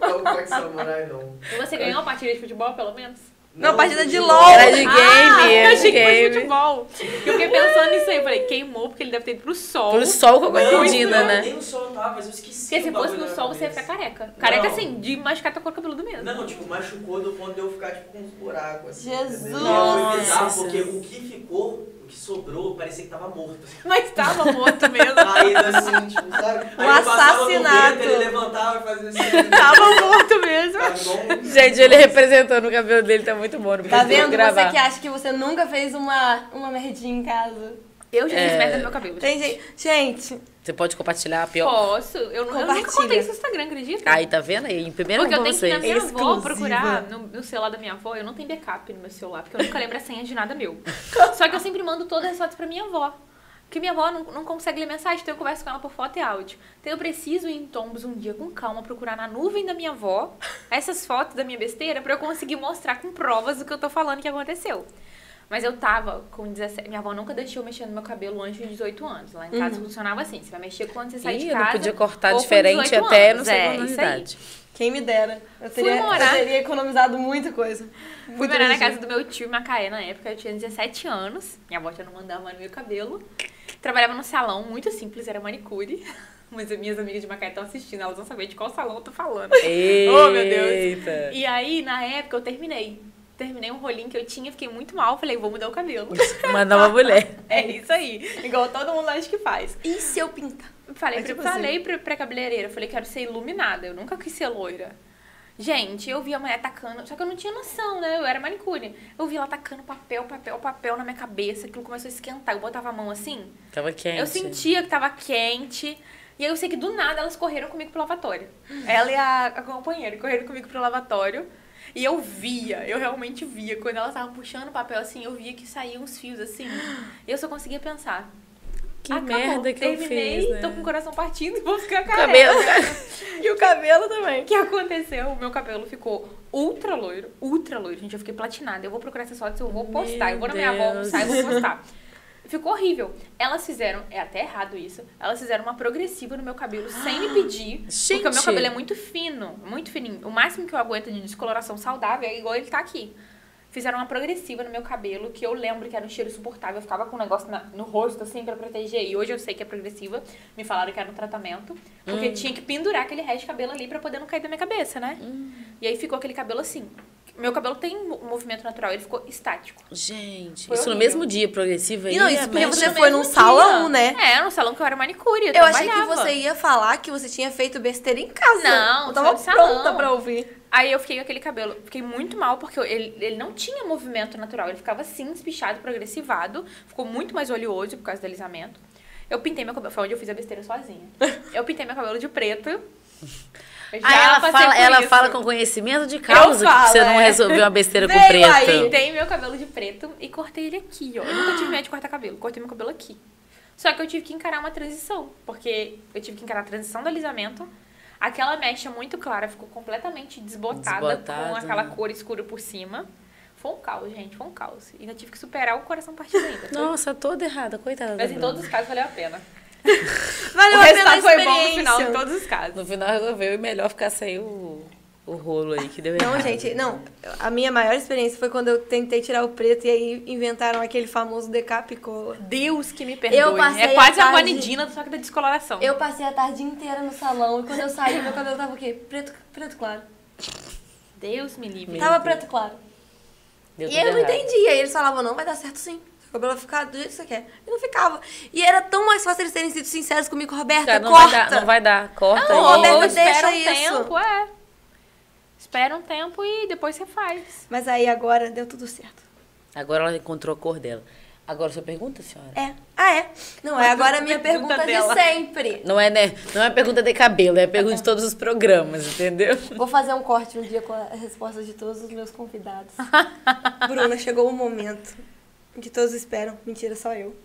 Não pode samurai, não. E você ganhou uma partida de futebol, pelo menos? Não, partida de LOL. Era de game, era de eu Ah, achei que fosse game. futebol. Eu fiquei pensando nisso aí. Eu falei, queimou, porque ele deve ter ido pro sol. Pro sol com a Não, Guanidina, não, né? Nem o sol tava, mas eu esqueci. Porque se fosse o um bagulho no na sol, você ia cabeça. ficar careca. Careca, Não. assim, de machucar tua cor cabeludo mesmo. Não, tipo, machucou do ponto de eu ficar tipo com uns buracos. Assim, Jesus! entendeu? E eu Nossa. evitava, porque o que ficou, o que sobrou, parecia que tava morto. assim. Mas tava morto mesmo. Caído assim, tipo, sabe? Um Aí eu passava no assassinato. vento, Ele levantava e fazia assim. tava morto mesmo. Tava igual um- Gente, ele representando o cabelo dele, tá muito bom. Não Tá precisa vendo? gravar. Você é que acha que você nunca fez uma, uma merdinha em casa. Eu já fiz É. merda no meu cabelo. Tem gente... Gente, Você pode compartilhar a pior. Posso? Eu, não, eu nunca Compartilha. contei isso no Instagram, acredita? Aí, tá vendo? Aí, em primeiro Porque eu lugar, tenho que ir na vocês. minha avó Exclusiva. procurar no, no celular da minha avó. Eu não tenho backup no meu celular, porque eu nunca lembro a senha de nada meu. Só que eu sempre mando todas as fotos pra minha avó. Porque minha avó não, não consegue ler mensagem, então eu converso com ela por foto e áudio. Então eu preciso ir em tombos um dia com calma, procurar na nuvem da minha avó essas fotos da minha besteira pra eu conseguir mostrar com provas do que eu tô falando que aconteceu. Mas eu tava com 17. Minha avó nunca deixou eu mexer no meu cabelo antes de 18 anos. Lá em casa funcionava assim: você vai mexer quando você sai Uhum. de Ih, eu casa. não podia cortar ou com diferente 18 até anos. não sei é, quantos isso aí. idade. quem me dera. Eu teria, eu morar. teria economizado muita coisa. Fui Muito morar na energia. casa do meu tio em Macaé na época, eu tinha 17 anos. Minha avó já não mandava no meu cabelo. Trabalhava num salão muito simples, era manicure. Mas as minhas amigas de Macaé estão assistindo, elas vão saber de qual salão eu tô falando. Oh, meu Deus. Eita. E aí, na época, eu terminei. Terminei um rolinho que eu tinha, fiquei muito mal, falei, vou mudar o cabelo. Uma nova mulher. é isso aí, igual todo mundo acha que faz. E se eu pintar? Falei, É pra, tipo falei pra, pra cabeleireira, falei, quero ser iluminada, eu nunca quis ser loira. Gente, eu vi a mulher tacando, só que eu não tinha noção, né? Eu era manicure. Eu vi ela tacando papel, papel, papel na minha cabeça, aquilo começou a esquentar. Eu botava a mão assim, Tava quente. eu sentia que tava quente. E aí eu sei que do nada elas correram comigo pro lavatório. Ela e a, a companheira correram comigo pro lavatório. E eu via, eu realmente via. Quando elas estavam puxando o papel assim, eu via que saíam uns fios assim. E eu só conseguia pensar. Que Acabou, merda que terminei, eu fiz, né? tô com o coração partido e vou ficar careca. Cabelo. E o cabelo também. O que aconteceu? O meu cabelo ficou ultra loiro, ultra loiro. Gente, eu fiquei platinada. Eu vou procurar essas fotos, eu vou postar. eu vou na minha avó Deus. almoçar, eu vou postar. Ficou horrível. Elas fizeram, é até errado isso, elas fizeram uma progressiva no meu cabelo sem me pedir. Porque o meu Gente. cabelo é muito fino, muito fininho. O máximo que eu aguento de descoloração saudável é igual ele tá aqui. Fizeram uma progressiva no meu cabelo, que eu lembro que era um cheiro insuportável. Eu ficava com um negócio na- no rosto, assim, pra proteger. E hoje eu sei que é progressiva. Me falaram que era um tratamento. Porque tinha que pendurar aquele resto de cabelo ali pra poder não cair da minha cabeça, né? E aí ficou aquele cabelo assim. Meu cabelo tem mo- movimento natural, ele ficou estático. Gente, Foi isso no horrível. mesmo dia, progressivo aí. né? E não, isso a porque mecha- você foi num salão, né? É, no salão que eu era manicure. Eu, Eu achei que trabalhava. você ia falar que você tinha feito besteira em casa. Não, eu tava só de salão. pronta pra ouvir. Aí eu fiquei com aquele cabelo, fiquei muito mal, porque eu- ele, ele não tinha movimento natural. Ele ficava assim, espichado, progressivado. Ficou muito mais oleoso por causa do alisamento. Eu pintei meu cabelo, foi onde eu fiz a besteira sozinha. Eu pintei meu cabelo de preto. Eu já Aí ela, passei fala, por ela isso. fala com conhecimento de causa falo, que você não é. resolveu uma besteira com Veio aí, preto. Pintei meu cabelo de preto e cortei ele aqui, ó. Eu nunca tive medo de cortar cabelo, cortei meu cabelo aqui. Só que eu tive que encarar uma transição, porque eu tive que encarar a transição do alisamento. Aquela mecha muito clara ficou completamente desbotada, com Desbotada, aquela né? cor escura por cima. Foi um caos, gente, foi um caos. Ainda tive que superar o coração partido ainda. Nossa, toda errada, coitada. Mas da em Bruna. todos os casos valeu a pena. Valeu o a pena a resultado foi experiência. bom no final, em todos os casos. No final resolveu e melhor ficar sem o, o rolo aí que deu Não, errado. gente, não. A minha maior experiência foi quando eu tentei tirar o preto e aí inventaram aquele famoso decapicola. Deus que me perdoe. passei é quase a a tarde- guanidina, só que da descoloração. Eu passei a tarde inteira no salão e quando eu saí, meu cabelo tava o quê? Preto, preto claro. Deus me livre. tava preto claro. Deu E tudo eu não errado. entendia. E eles falavam, não, vai dar certo sim. Seu cabelo vai ficar do jeito que você quer. E não ficava. E era tão mais fácil eles terem sido sinceros comigo, Roberta, Cara, não corta. vai dar, não vai dar. Corta Não, aí. Roberto, Ou deixa espera um isso. tempo, é. Espera um tempo e depois você faz. Mas aí agora deu tudo certo. Agora ela encontrou a cor dela. Agora, sua pergunta, senhora? É. Ah, é? Não, é agora a minha Pergunta pergunta dela. de sempre. Não é, né? Não é pergunta de cabelo, é pergunta de todos os programas, entendeu? Vou fazer um corte um dia com as respostas de todos os meus convidados. Bruna, chegou o momento que todos esperam. Mentira, só eu.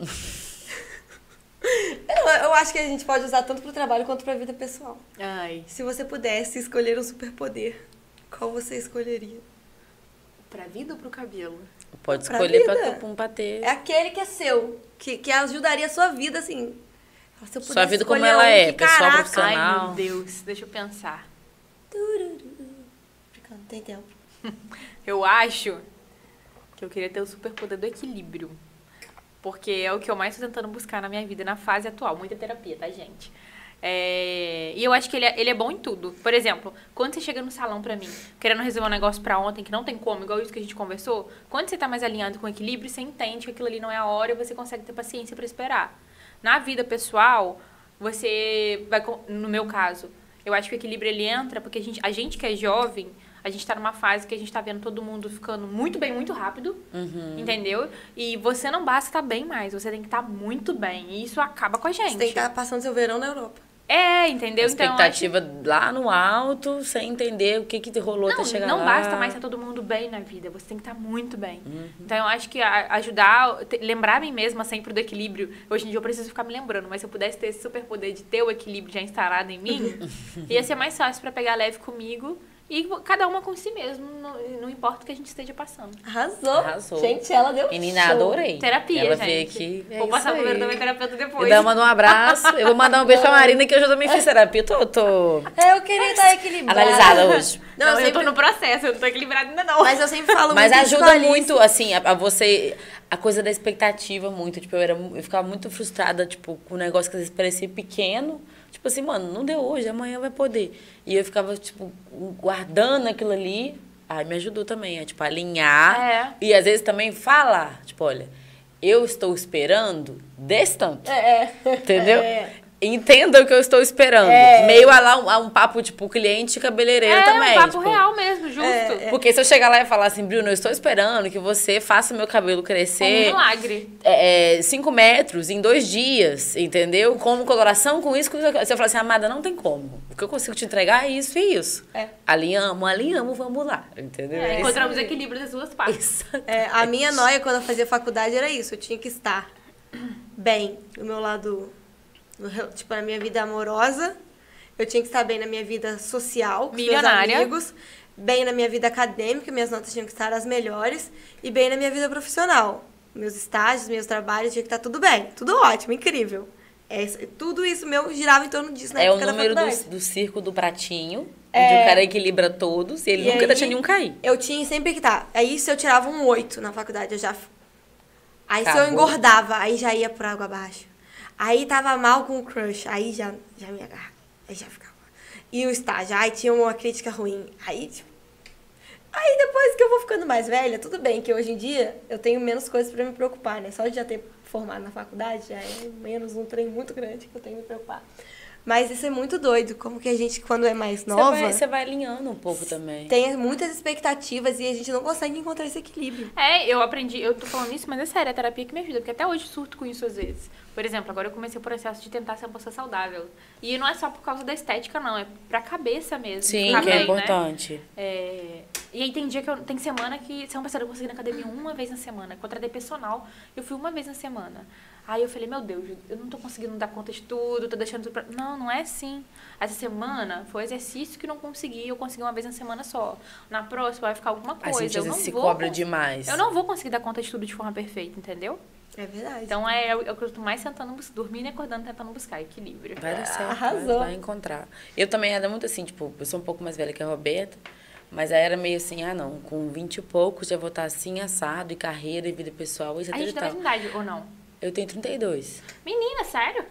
Eu, eu acho que a gente pode usar tanto pro trabalho quanto pra vida pessoal. Ai, Se você pudesse escolher um superpoder, qual você escolheria? pra vida ou pro cabelo? Pode Pra escolher pra, vida. pra, pra ter. É aquele que é seu, que, que ajudaria a sua vida, assim. Se eu Sua pudesse vida como escolher ela um, é, que pessoal, caraca. profissional. Ai, meu Não. Deus, deixa eu pensar. Tururu. Porque não tem tempo. Eu acho que eu queria ter o superpoder do equilíbrio. Porque é o que eu mais tô tentando buscar na minha vida, na fase atual. Muita terapia, tá, gente? É, E eu acho que ele é, ele é bom em tudo. Por exemplo, quando você chega no salão pra mim, querendo resolver um negócio pra ontem, que não tem como, igual isso que a gente conversou, quando você tá mais alinhado com o equilíbrio, você entende que aquilo ali não é a hora e você consegue ter paciência pra esperar. Na vida pessoal, você vai. com- No meu caso, eu acho que o equilíbrio ele entra porque a gente, a gente que é jovem, a gente tá numa fase que a gente tá vendo todo mundo ficando muito bem, muito rápido, entendeu? E você não basta estar bem mais, você tem que estar muito bem. E isso acaba com a gente. Você tem que estar passando seu verão na Europa. É, entendeu? Então, eu acho expectativa lá no alto, sem entender o que, que rolou até chegar não lá. basta mais estar todo mundo bem na vida, você tem que estar muito bem. Uhum. Então eu acho que a- ajudar, te- lembrar a mim mesma sempre do equilíbrio. Hoje em dia eu preciso ficar me lembrando, mas se eu pudesse ter esse superpoder de ter o equilíbrio já instalado em mim, ia ser mais fácil pra pegar leve comigo e cada uma com si mesmo, não, não importa o que a gente esteja passando. Arrasou. Arrasou. Gente, ela deu um Menina, show. adorei. Terapia, Ela gente. veio aqui. é Vou isso passar o número aí. da minha terapeuta E depois. dá manda um abraço. Eu vou mandar um beijo pra Marina, que hoje eu também fiz terapia. Eu tô, tô É, Eu queria estar equilibrada. analisada hoje. Não, Não, eu eu, sempre- tô no processo, eu não tô equilibrada ainda não. Mas eu sempre falo Mas muito isso com a ajuda Alice. muito, assim, a, a você. A coisa da expectativa muito. Tipo, eu, era, mu- eu ficava muito frustrada, tipo, com um negócio que às vezes parecia pequeno. Tipo assim, mano, não deu hoje, amanhã vai poder. E eu ficava, tipo, guardando aquilo ali. Aí me ajudou também, a, tipo, alinhar. É. E às vezes também falar. Tipo, olha, eu estou esperando desse tanto. É, é. Entendeu? É. Entenda o que eu estou esperando. Meio a lá um, a um papo, tipo, cliente e cabeleireiro é também. um papo tipo, real mesmo, justo. É, porque se eu chegar lá e falar assim, Bruno, eu estou esperando que você faça meu cabelo É um crescer milagre. 5 metros em dois dias, entendeu? Com coloração, com isso, com isso. com aquilo." Você fala assim, amada, não tem como. O que eu consigo te entregar é isso e isso. É. Alinhamos, alinhamos, vamos lá. Entendeu? É É, isso. encontramos equilíbrio das duas partes. Isso. É, a minha noia quando eu fazia faculdade era isso. Eu tinha que estar bem do meu lado, no rel- tipo, na minha vida amorosa. Eu tinha que estar bem na minha vida social, com os meus Milionária. amigos. Bem na minha vida acadêmica, minhas notas tinham que estar as melhores. E bem na minha vida profissional. Meus estágios, meus trabalhos, tinha que estar tudo bem. Tudo ótimo, incrível. É, isso- tudo isso meu girava em torno disso na É o época da número faculdade. do, do circo do pratinho, onde o cara equilibra todos e ele E nunca deixa aí, nenhum cair. Eu tinha sempre que tá. Aí se eu tirava um 8 na faculdade, eu já. Aí se eu Acabou. engordava, aí já ia por água abaixo. Aí tava mal com o crush, aí já, já me agarrava. Aí já ficava. E o estágio, aí tinha uma crítica ruim. Aí, tipo. Aí depois que eu vou ficando mais velha, tudo bem que hoje em dia eu tenho menos coisas pra me preocupar, né? Só de já ter formado na faculdade já é menos um trem muito grande que eu tenho que me preocupar. Mas isso é muito doido, como que a gente, quando é mais nova. Você vai, você vai alinhando um pouco também. Tem muitas expectativas e a gente não consegue encontrar esse equilíbrio. É, eu aprendi, eu tô falando isso, mas é sério, é a terapia que me ajuda, porque até hoje eu surto com isso às vezes. Por exemplo, agora eu comecei o processo de tentar ser uma pessoa saudável. E não é só por causa da estética, não, é pra cabeça mesmo. Sim, pro que é cabelo, né? importante. É, E aí tem dia que eu, tem semana que se eu pensar, eu consegui ir na academia uma vez na semana, contratei personal, eu fui uma vez na semana. Aí eu falei, meu Deus, eu não tô conseguindo dar conta de tudo, tô deixando tudo pra... Não, não é assim. Essa semana foi um exercício que eu não consegui, eu consegui uma vez na semana só. Na próxima vai ficar alguma A coisa, gente eu às não vezes se vou cobra cons- demais. eu não vou conseguir dar conta de tudo de forma perfeita, entendeu? É verdade. Então é, é o que eu tô mais tentando, bus- dormindo e acordando, tentando buscar equilíbrio. Vai dar certo, Arrasou. vai vai encontrar. Eu também era muito assim, tipo, eu sou um pouco mais velha que a Roberta, mas aí era meio assim, ah não, com 20 e poucos já vou estar assim, assado, e carreira, e vida pessoal, etc A e gente tem a tal. mesma idade, ou não? Eu tenho 32. Menina, sério?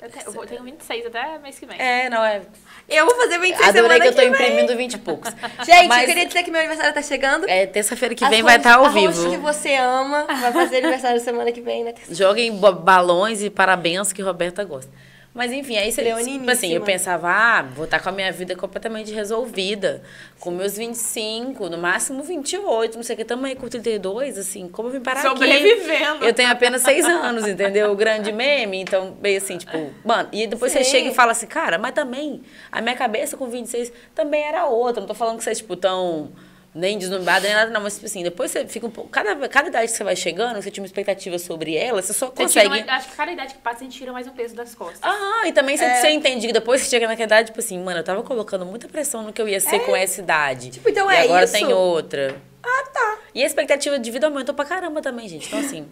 Eu, te, eu vou- tenho 26 até mês que vem. É, não, é. eu vou fazer 26 Adorei semana que eu tô vem. imprimindo 20 e poucos. Gente, Mas eu queria dizer que meu aniversário tá chegando. É, terça-feira que As vem vai hosts- estar ao a host vivo. que você ama vai fazer aniversário semana que vem, né? Joguem bo- balões e parabéns que Roberta gosta. Mas enfim, aí você, tipo Leoniníssima. assim, eu pensava, ah, vou estar com a minha vida completamente resolvida. Com meus 25, no máximo 28, não sei o que, estamos aí com 32, assim, como eu vim parar Sobrevivendo. aqui? Eu tenho apenas seis anos, entendeu? O grande meme, então, meio assim, tipo, mano, e depois você Sim. chega e fala assim, cara, mas também, a minha cabeça com 26 também era outra. Não tô falando que vocês, é, tipo, tão nem desnumbada, nem nada, não. Mas, tipo assim, depois você fica um pouco. Cada, cada idade que você vai chegando, você tinha uma expectativa sobre ela, você só Você tira consegue. mais- acho que cada idade que passa, a gente tira mais um peso das costas. Aham, e também você, É. você entende que depois você chega naquela idade, tipo assim, mano, eu tava colocando muita pressão no que eu ia ser com essa idade. É. Tipo, então e é agora isso. tem outra. Ah, tá. E a expectativa de vida aumentou pra caramba também, gente. Então, assim,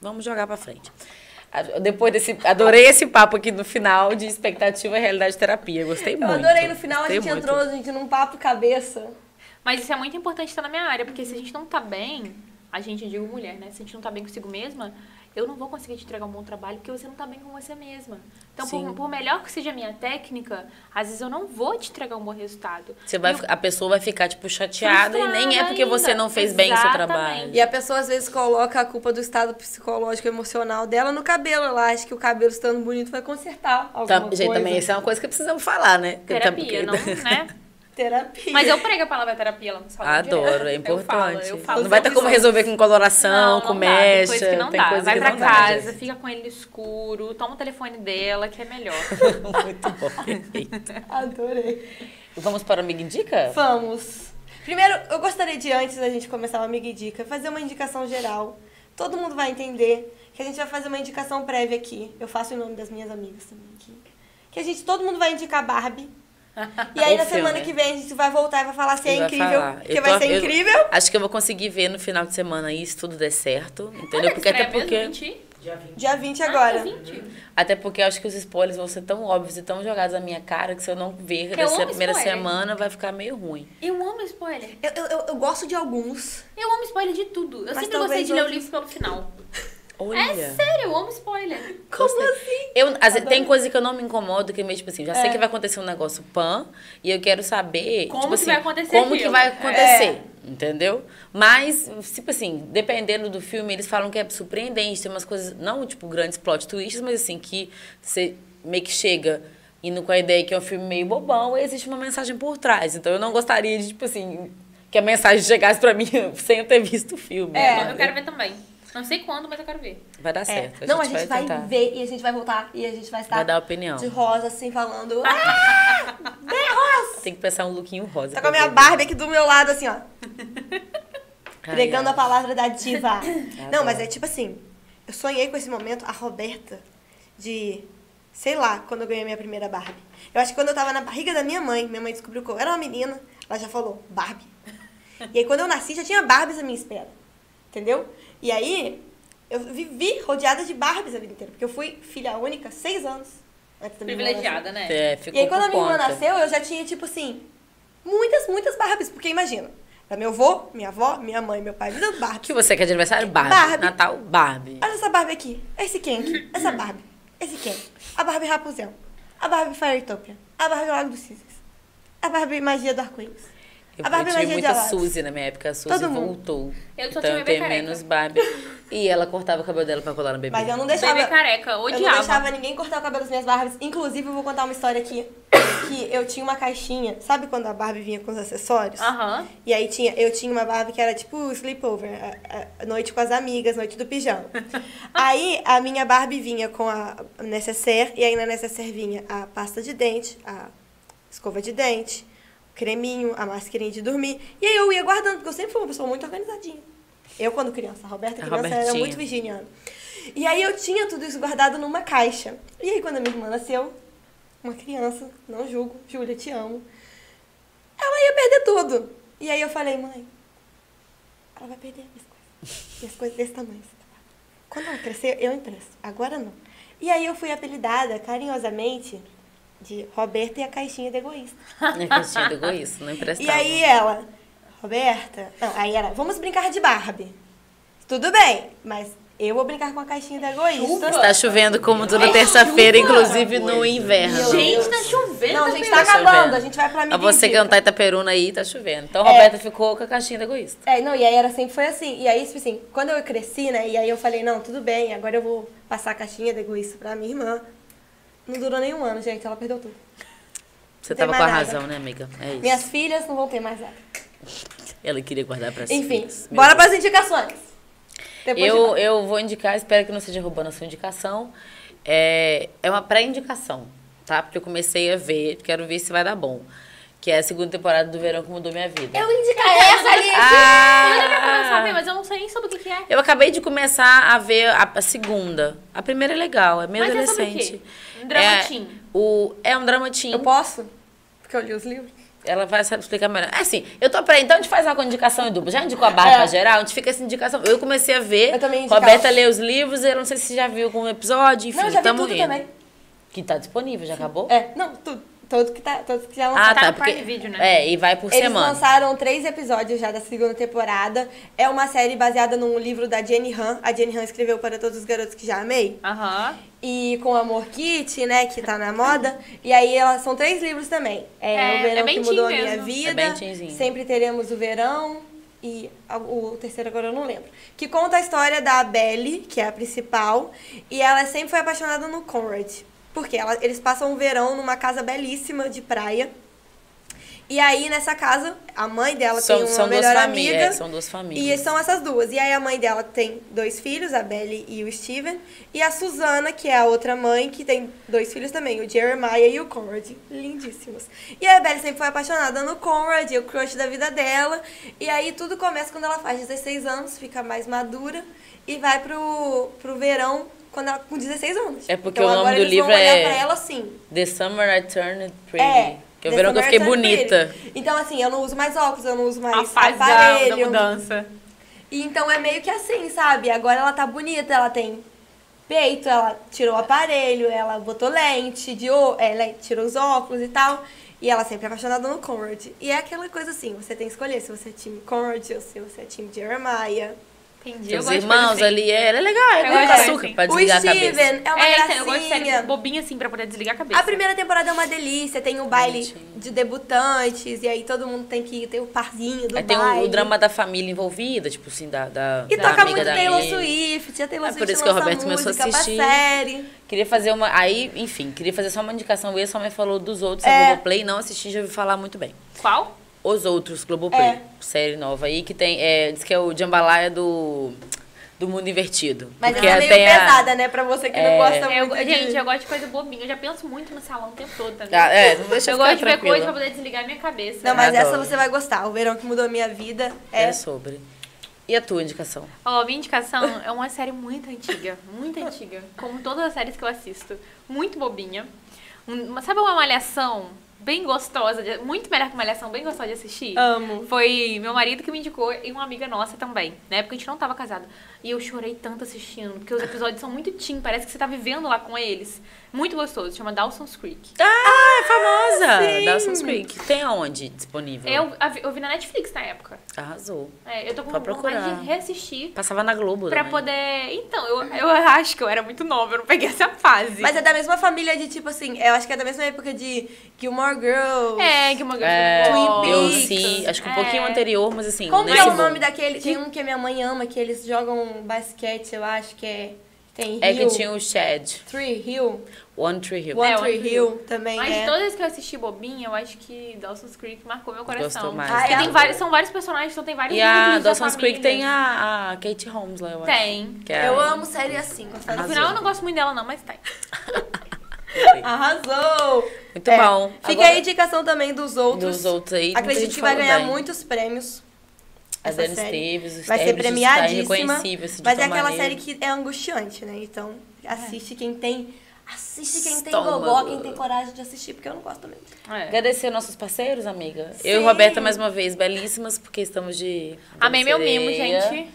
vamos jogar pra frente. A- Depois desse. Adorei esse papo aqui no final de expectativa e realidade terapia. Gostei Eu muito. adorei no final, a Gostei gente muito. entrou, gente, num papo cabeça. Mas isso é muito importante estar na minha área, porque se a gente não tá bem, a gente, eu digo mulher, né? Se a gente não tá bem consigo mesma, eu não vou conseguir te entregar um bom trabalho porque você não tá bem com você mesma. Então, Sim. por, por melhor que seja a minha técnica, às vezes eu não vou te entregar um bom resultado. Você vai, E fi- a pessoa vai ficar, tipo, chateada e nem é Frustrada porque você ainda. não fez bem o seu Exatamente. trabalho. E a pessoa às vezes coloca a culpa do estado psicológico e emocional dela no cabelo. Ela acha que o cabelo estando bonito vai consertar alguma Tam- coisa. gente, também isso é uma coisa que precisamos falar, né? Porque tam- Terapia, não, né? Terapia. Mas eu prego a palavra terapia lá no salão. Adoro, é direto. Eu falo, importante. eu falo, não vai ter sobre como isso. resolver com coloração, Não, com não dá, tem mecha. coisa que não tem dá. coisa Vai que pra não dá, casa, gente. fica com ele no escuro, toma o telefone dela, que é melhor. Muito bom, perfeito. Adorei. Vamos para o Amiga Indica? Vamos. Primeiro, eu gostaria de, antes da gente começar o Amiga e Dica, fazer uma indicação geral. Todo mundo vai entender que a gente vai fazer uma indicação prévia aqui. Eu faço em nome das minhas amigas também aqui. Que a gente, todo mundo vai indicar Barbie. E aí, O filme. na semana que vem, a gente vai voltar e vai falar se é Vai incrível. falar. Porque Eu vai tô- ser eu- incrível. Acho que eu vou conseguir ver no final de semana aí, se tudo der certo. Entendeu? Porque até Estreia é mesmo, porque. 20? Já vim. Dia 20 Ah, agora. 20. Até porque eu acho que os spoilers vão ser tão óbvios e tão jogados na minha cara que se eu não ver Que eu nessa amo primeira spoiler. semana vai ficar meio ruim. Eu amo spoiler. Eu- eu- eu, eu gosto de alguns. Eu amo spoiler de tudo. Eu Mas sempre gostei talvez de ler o hoje- livro pelo final. Olha. É sério, eu amo spoiler. Como Gostei. assim? Eu, às vezes, tem coisa que eu não me incomodo, que é meio tipo assim, já sei que vai acontecer um negócio pan, e eu quero saber Como tipo que assim, vai acontecer como que aquilo? É. vai acontecer. Entendeu? Mas, tipo assim, dependendo do filme, eles falam que é surpreendente, tem umas coisas, não tipo grandes plot twists, mas assim, que você meio que chega indo com a ideia que é um filme meio bobão e existe uma mensagem por trás. Então eu não gostaria de, tipo assim, que a mensagem chegasse pra mim sem eu ter visto o filme. Eu quero ver também. Não sei quando, mas eu quero ver. Vai dar É. certo. Não, a gente vai, tentar. ver e a gente vai voltar e a gente vai estar Vai dar opinião. de rosa, assim, falando. Ah, bem rosa! Tem que pensar um lookinho rosa. Tá pra com a minha ver. Barbie aqui do meu lado, assim, ó. Ai, pregando ai. Tá a palavra da diva. Não, mas é tipo assim, eu sonhei com esse momento, a Roberta, de, sei lá, quando eu ganhei minha primeira Barbie. Eu acho que quando eu tava na barriga da minha mãe, minha mãe descobriu que eu era uma menina, ela já falou, Barbie. E aí quando eu nasci, já tinha Barbies à minha espera. Entendeu? E aí, eu vivi rodeada de Barbies a vida inteira, porque eu fui filha única seis anos. antes da minha irmã nascer. Privilegiada, né? É, ficou E aí, quando por a minha irmã conta. nasceu, eu já tinha, tipo assim, muitas, muitas Barbies. Porque imagina, era meu avô, minha avó, minha mãe, meu pai, tudo é O Barbie. que você quer de aniversário? Barbie. Barbie. Natal, Barbie. Olha essa Barbie aqui, esse Kenk, essa Barbie, esse Kenk, a Barbie Rapunzel, a Barbie Fairytopia, a Barbie Lago dos Cisnes, a Barbie Magia do Arco-Íris. Eu, A Barbie eu tive magia de muita Aladdin. Suzy na minha época. A Suzy Todo mundo. voltou. Eu só então tinha eu bebê tenho careca. menos Barbie. E ela cortava o cabelo dela pra colar no bebê. Mas eu não deixava... Bebê careca, Eu não odiava. deixava ninguém cortar o cabelo das minhas Barbies. Inclusive, eu vou contar uma história aqui. Que eu tinha uma caixinha. Sabe quando a Barbie vinha com os acessórios? Aham. E aí tinha, eu tinha uma Barbie que era tipo sleepover, a- a- noite com as amigas, noite do pijama. aí a minha Barbie vinha com a necessaire, e aí na necessaire vinha a pasta de dente, a escova de dente, o creminho, a mascarinha de dormir. E aí eu ia guardando, porque eu sempre fui uma pessoa muito organizadinha. Eu quando criança, a Roberta A criança era Robertinha. muito virginiana. E aí eu tinha tudo isso guardado numa caixa. E aí quando a minha irmã nasceu, uma criança, não julgo, Júlia, te amo ela ia perder tudo. E aí eu falei, mãe, ela vai perder minhas coisas. Minhas coisas desse tamanho. Quando ela crescer, eu empresto. Agora não. E aí eu fui apelidada carinhosamente de Roberta e a caixinha de egoísta. Minha caixinha do egoísta, não emprestava. E aí ela, Roberta, não, aí era, vamos brincar de Barbie. Tudo bem, mas eu vou brincar com a caixinha da egoísta. Está Tá chovendo como toda terça-feira, inclusive no inverno. Gente, tá chovendo. Não, gente, meu tá Deus. acabando, a gente vai pra É. A mim. você cantar Itaperuna aí, tá chovendo. Então, Roberta ficou com a caixinha do egoísta. É, não, e aí era sempre foi assim. E aí, tipo assim, quando eu cresci, né? E aí eu falei, não, tudo bem, agora eu vou passar a caixinha de egoísta pra minha irmã. Não durou nem um ano, gente, ela perdeu tudo. Você Tem tava mais com a nada. razão, né, amiga? É isso. Minhas filhas não vão ter mais nada. Ela queria guardar pra si. Enfim, bora pras indicações. Depois Eu, de... eu vou indicar, espero que não seja roubando a sua indicação. É, é uma pré-indicação, tá? Porque eu comecei a ver, quero ver se vai dar bom. Que é a segunda temporada do verão que mudou minha vida. Eu indicaria Ah, essa ali. Ah, Eu não pra saber, mas eu não sei nem sobre o que, que é. Eu acabei de começar a ver a, a segunda. A primeira é legal, é meio Mas é sobre o adolescente. quê? Um drama teen? É, o, é um dramatinho. Eu posso? Porque eu li os livros. Ela vai saber explicar melhor. É assim, eu tô aprendendo. Então a gente faz uma com indicação e dupla. Já indicou a barra pra geral? A gente fica essa indicação. Eu comecei a ver. É. Eu também indicava. Roberta lê os livros, eu não sei se você já viu algum episódio, enfim, Não, eu já vi tamo tudo indo. também. Que tá disponível, já acabou? É, não, tudo. Todo que tá, todos que já Ah, lançaram. tá. no Porque, Prime Video, né? É, e vai por Eles semana. lançaram três episódios já da segunda temporada. É uma série baseada num livro da Jenny Han. A Jenny Han escreveu para todos os garotos que já amei. Aham. E com Amor Kit, né, que tá na moda. E aí elas são três livros também. É, É, O é Verão bem que Mudou a teen Minha mesmo. É Vida. bem teenzinho. Sempre teremos o verão. E a- o terceiro agora eu não lembro. Que conta a história da Belle, que é a principal. E ela sempre foi apaixonada no Conrad. Porque ela, eles passam o verão numa casa belíssima de praia. E aí, nessa casa, a mãe dela São- tem uma são duas melhor famílias, amiga. é, são duas famílias. E são essas duas. E aí a mãe dela tem dois filhos, a Belle e o Steven. E a Susana, que é a outra mãe, que tem dois filhos também, o Jeremiah e o Conrad. Lindíssimos. E a Belle sempre foi apaixonada no Conrad, é o crush da vida dela. E aí tudo começa quando ela faz 16 anos, fica mais madura e vai pro, pro verão quando ela, com 16 anos. É porque então, o nome agora do eles livro vão olhar é- pra ela assim. The Summer I Turned Pretty. É. que eu The verão que eu fiquei Summer Time bonita. Pretty. Então, assim, eu não uso mais óculos, eu não uso mais A fase da, da aparelho. mudança. E então é meio que assim, sabe? Agora ela tá bonita, ela tem peito, ela tirou o aparelho, ela botou lente, de ó- é, le- tirou os óculos e tal. E ela sempre é apaixonada no Conrad. E é aquela coisa assim, você tem que escolher se você é time Conrad ou se você é time Jeremiah. Entendi. Tem Eu os gosto de coisa irmãos assim. ali, é, ela é legal, é Eu com gosto de açúcar assim. pra o desligar a cabeça. Steven é uma É, então, gracinha. eu gosto de série bobinha assim pra poder desligar a cabeça. A primeira temporada é uma delícia, tem o baile de debutantes, e aí todo mundo tem que ter o parzinho do Aí baile. tem o, o drama da família envolvida, tipo assim, da, da, E da toca amiga muito da Taylor amiga. Swift, a Taylor É por Swift isso que o lança Roberto começou a música pra assistir. série. Queria fazer uma. Aí, enfim, queria fazer só uma indicação. E a sua mãe falou dos outros, É. a Globoplay. Não assisti, já ouvi falar muito bem. Qual? Os outros, Globoplay. É. Série nova aí, que tem. É, diz que é o Jambalaya do. Do mundo invertido. Mas Porque ela é meio tem a- pesada, né? Pra você que não É. gosta Eu- muito de... gente, eu gosto de coisa bobinha. Eu já penso muito no salão o tempo todo tá também. Ah, é, não deixa eu eu gosto ficar de ver coisa pra tranquila. poder desligar minha cabeça. Não, mas Adoro. essa você vai gostar. O verão que mudou a minha vida é... É sobre. E a tua indicação? Ó, minha indicação é uma série muito antiga, muito antiga, como todas as séries que eu assisto. Muito bobinha. Um- uma- sabe uma malhação bem gostosa, de- muito melhor que malhação, bem gostosa de assistir? Ah. Amo. Foi meu marido que me indicou e uma amiga nossa também. Na época a gente não tava casado. E eu chorei tanto assistindo, porque os episódios são muito teen, parece que você tá vivendo lá com eles. Muito gostoso, chama Dawson's Creek. é Ah, famosa! Dawson's Creek. Tem aonde disponível? Eu, a vi- eu vi na Netflix na época. Arrasou. É, eu tô com Pra vontade procurar. de reassistir. Passava na Globo Pra também. poder. Então, eu, eu acho que eu era muito nova, eu não peguei essa fase. Mas é da mesma família de, tipo assim... Eu acho que é da mesma época de Gilmore Girls. É, que uma É, Girls. Twin eu Peaks. sim, acho que um É. pouquinho anterior, mas assim. Como que nesse é o mundo. nome daquele... Tem um que a minha mãe ama, que eles jogam basquete, eu acho que é... Tem Hill. É que tinha o Chad, Three Hill. One Tree Hill. One É, Tree One Tree Hill também Mas é. todas que eu assisti bobinha, eu acho que Dawson's Creek marcou meu coração. Gostou mais. Ah, Porque é? tem vários, são vários personagens, então tem vários E a núcleos da Dawson's Creek tem família. a, a Kate Holmes lá, eu acho. Tem. Que é Eu a- amo série assim. gostosa. No final eu não gosto muito dela, não, mas tem. Arrasou! É. Muito bom. Fica Agora- aí a indicação também dos outros. Dos outros aí, muita Acredito gente que vai falou ganhar bem. muitos prêmios. A essa Dani série. Esteves, o Vai ser Sterling está premiadíssima. irreconhecível, assim, de Mas é tal aquela maneira. série que é angustiante, né? Então, assiste quem tem. Assiste quem tem Estômago. gogó, quem tem coragem de assistir, porque eu não gosto mesmo. É. Agradecer nossos parceiros, amiga. Sim. Eu e Roberta, mais uma vez, belíssimas, porque estamos de. Amei meu mimo, sereia. gente.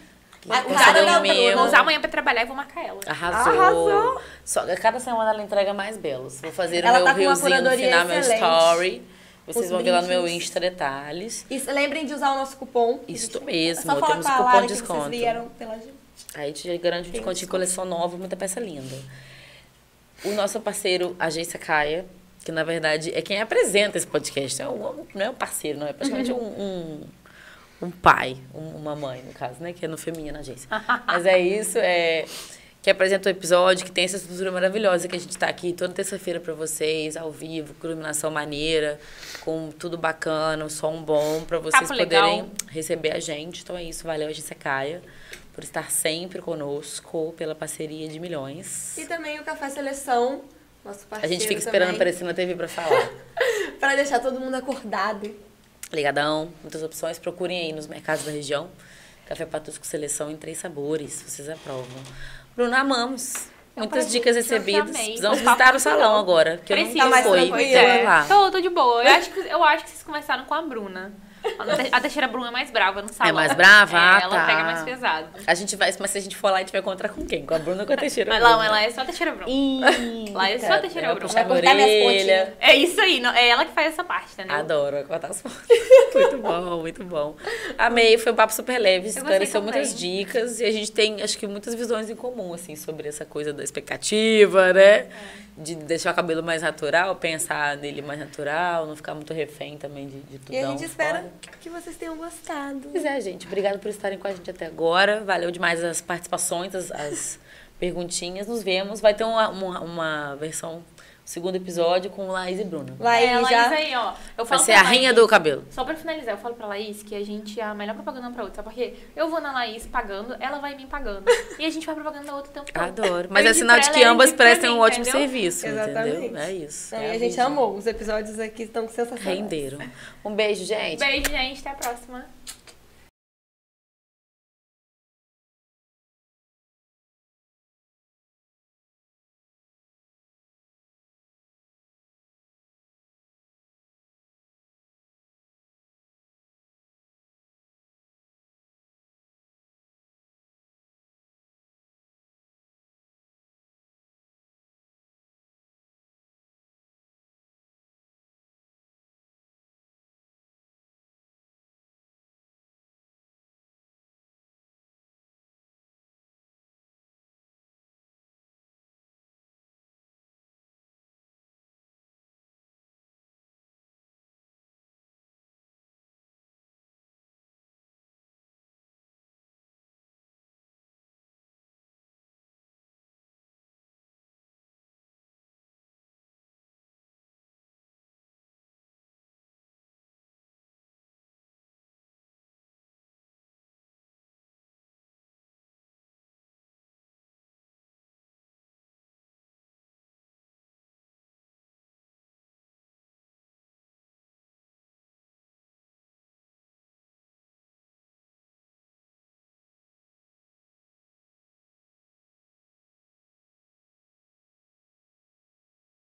A Vou cara fazer da um Bruna. mimo. Vou usar amanhã pra trabalhar e vou marcar ela. Arrasou. Arrasou. Só, a cada semana ela entrega mais belos. Vou fazer Ela o meu tá com uma riozinho no curadoria final, excelente. meu story. Vocês Os vão ver lá no meu brindes. Insta detalhes. E se- lembrem de usar o nosso cupom. Isto É mesmo, só falar temos com a cupom Lara de que desconto. vocês vieram pela gente. Aí te garante um desconto de coleção nova, muita peça linda. O nosso parceiro, Agência Caia, que na verdade é quem apresenta esse podcast. É um, não é um parceiro, não. É praticamente Uhum. um, um, um pai, um- uma mãe, no caso, né? Que é no Feminina na agência. Mas é isso, é. Que apresenta o episódio, que tem essa estrutura maravilhosa que a gente está aqui toda terça-feira para vocês, ao vivo, com iluminação maneira, com tudo bacana, um som bom, para vocês Papo legal. poderem receber a gente. Então é isso, valeu Agência Caia por estar sempre conosco, pela parceria de milhões. E também o Café Seleção, nosso A parceiro. gente fica esperando também, aparecer na TV pra falar. pra Pra deixar todo mundo acordado. Ligadão, muitas opções. Procurem aí nos mercados da região. Café Patusco Seleção em três sabores, vocês aprovam. Bruna, amamos. Muitas pra dicas mim, eu já recebidas. amei. Precisamos Papo visitar o salão legal. agora, que eu Precisa, nunca Tá mais fui. Então tranquila? Vai lá. Tô, tô de boa. É. Eu acho, que, eu acho que vocês conversaram com a Bruna. A Te- A Teixeira Bruna é mais brava no salão. É mais brava? É, Ah, ela tá. pega mais pesado. A gente vai, mas se a gente for lá, a gente vai encontrar com quem? Com a Bruna ou com a Teixeira? Mas lá, mas lá é só a Teixeira Bruna. Lá é só Eita, Teixeira ela Bruno. puxa a Vai cortar minhas orelha. pontinhas. É isso aí, não- é ela que faz essa parte, né? Adoro, vai cortar as fotos. muito bom, muito bom. Amei, foi um papo super leve, gostei esclareceu também. muitas dicas e a gente tem, acho que, muitas visões em comum, assim, sobre essa coisa da expectativa, É. né? De deixar o cabelo mais natural, pensar nele mais natural, não ficar muito refém também de, de tudo. E a gente espera que vocês tenham gostado. Pois é, gente. Obrigada por estarem com a gente até agora. Valeu demais as participações, as, as perguntinhas. Nos vemos. Vai ter uma, uma, uma versão, segundo episódio, com Laís e Bruna. Lá É, ele Laís já. aí, ó. Vai Eu falo ser pra a rainha Laís- do cabelo. Só pra finalizar, eu falo pra Laís que a gente é a melhor propaganda pra outra, sabe por quê? Eu vou na Laís pagando, ela vai me pagando. e a gente vai propagando a outra o tempo todo. Adoro. Eu Mas é indico sinal pra de ela, que ela ambas indica pra prestem mim, um ótimo entendeu? serviço, entendeu? Exatamente. É isso. é Não, Então, e a gente vida. amou. Os episódios aqui estão sensacionais. Renderam. Um beijo, gente. Beijo, gente. Até a próxima.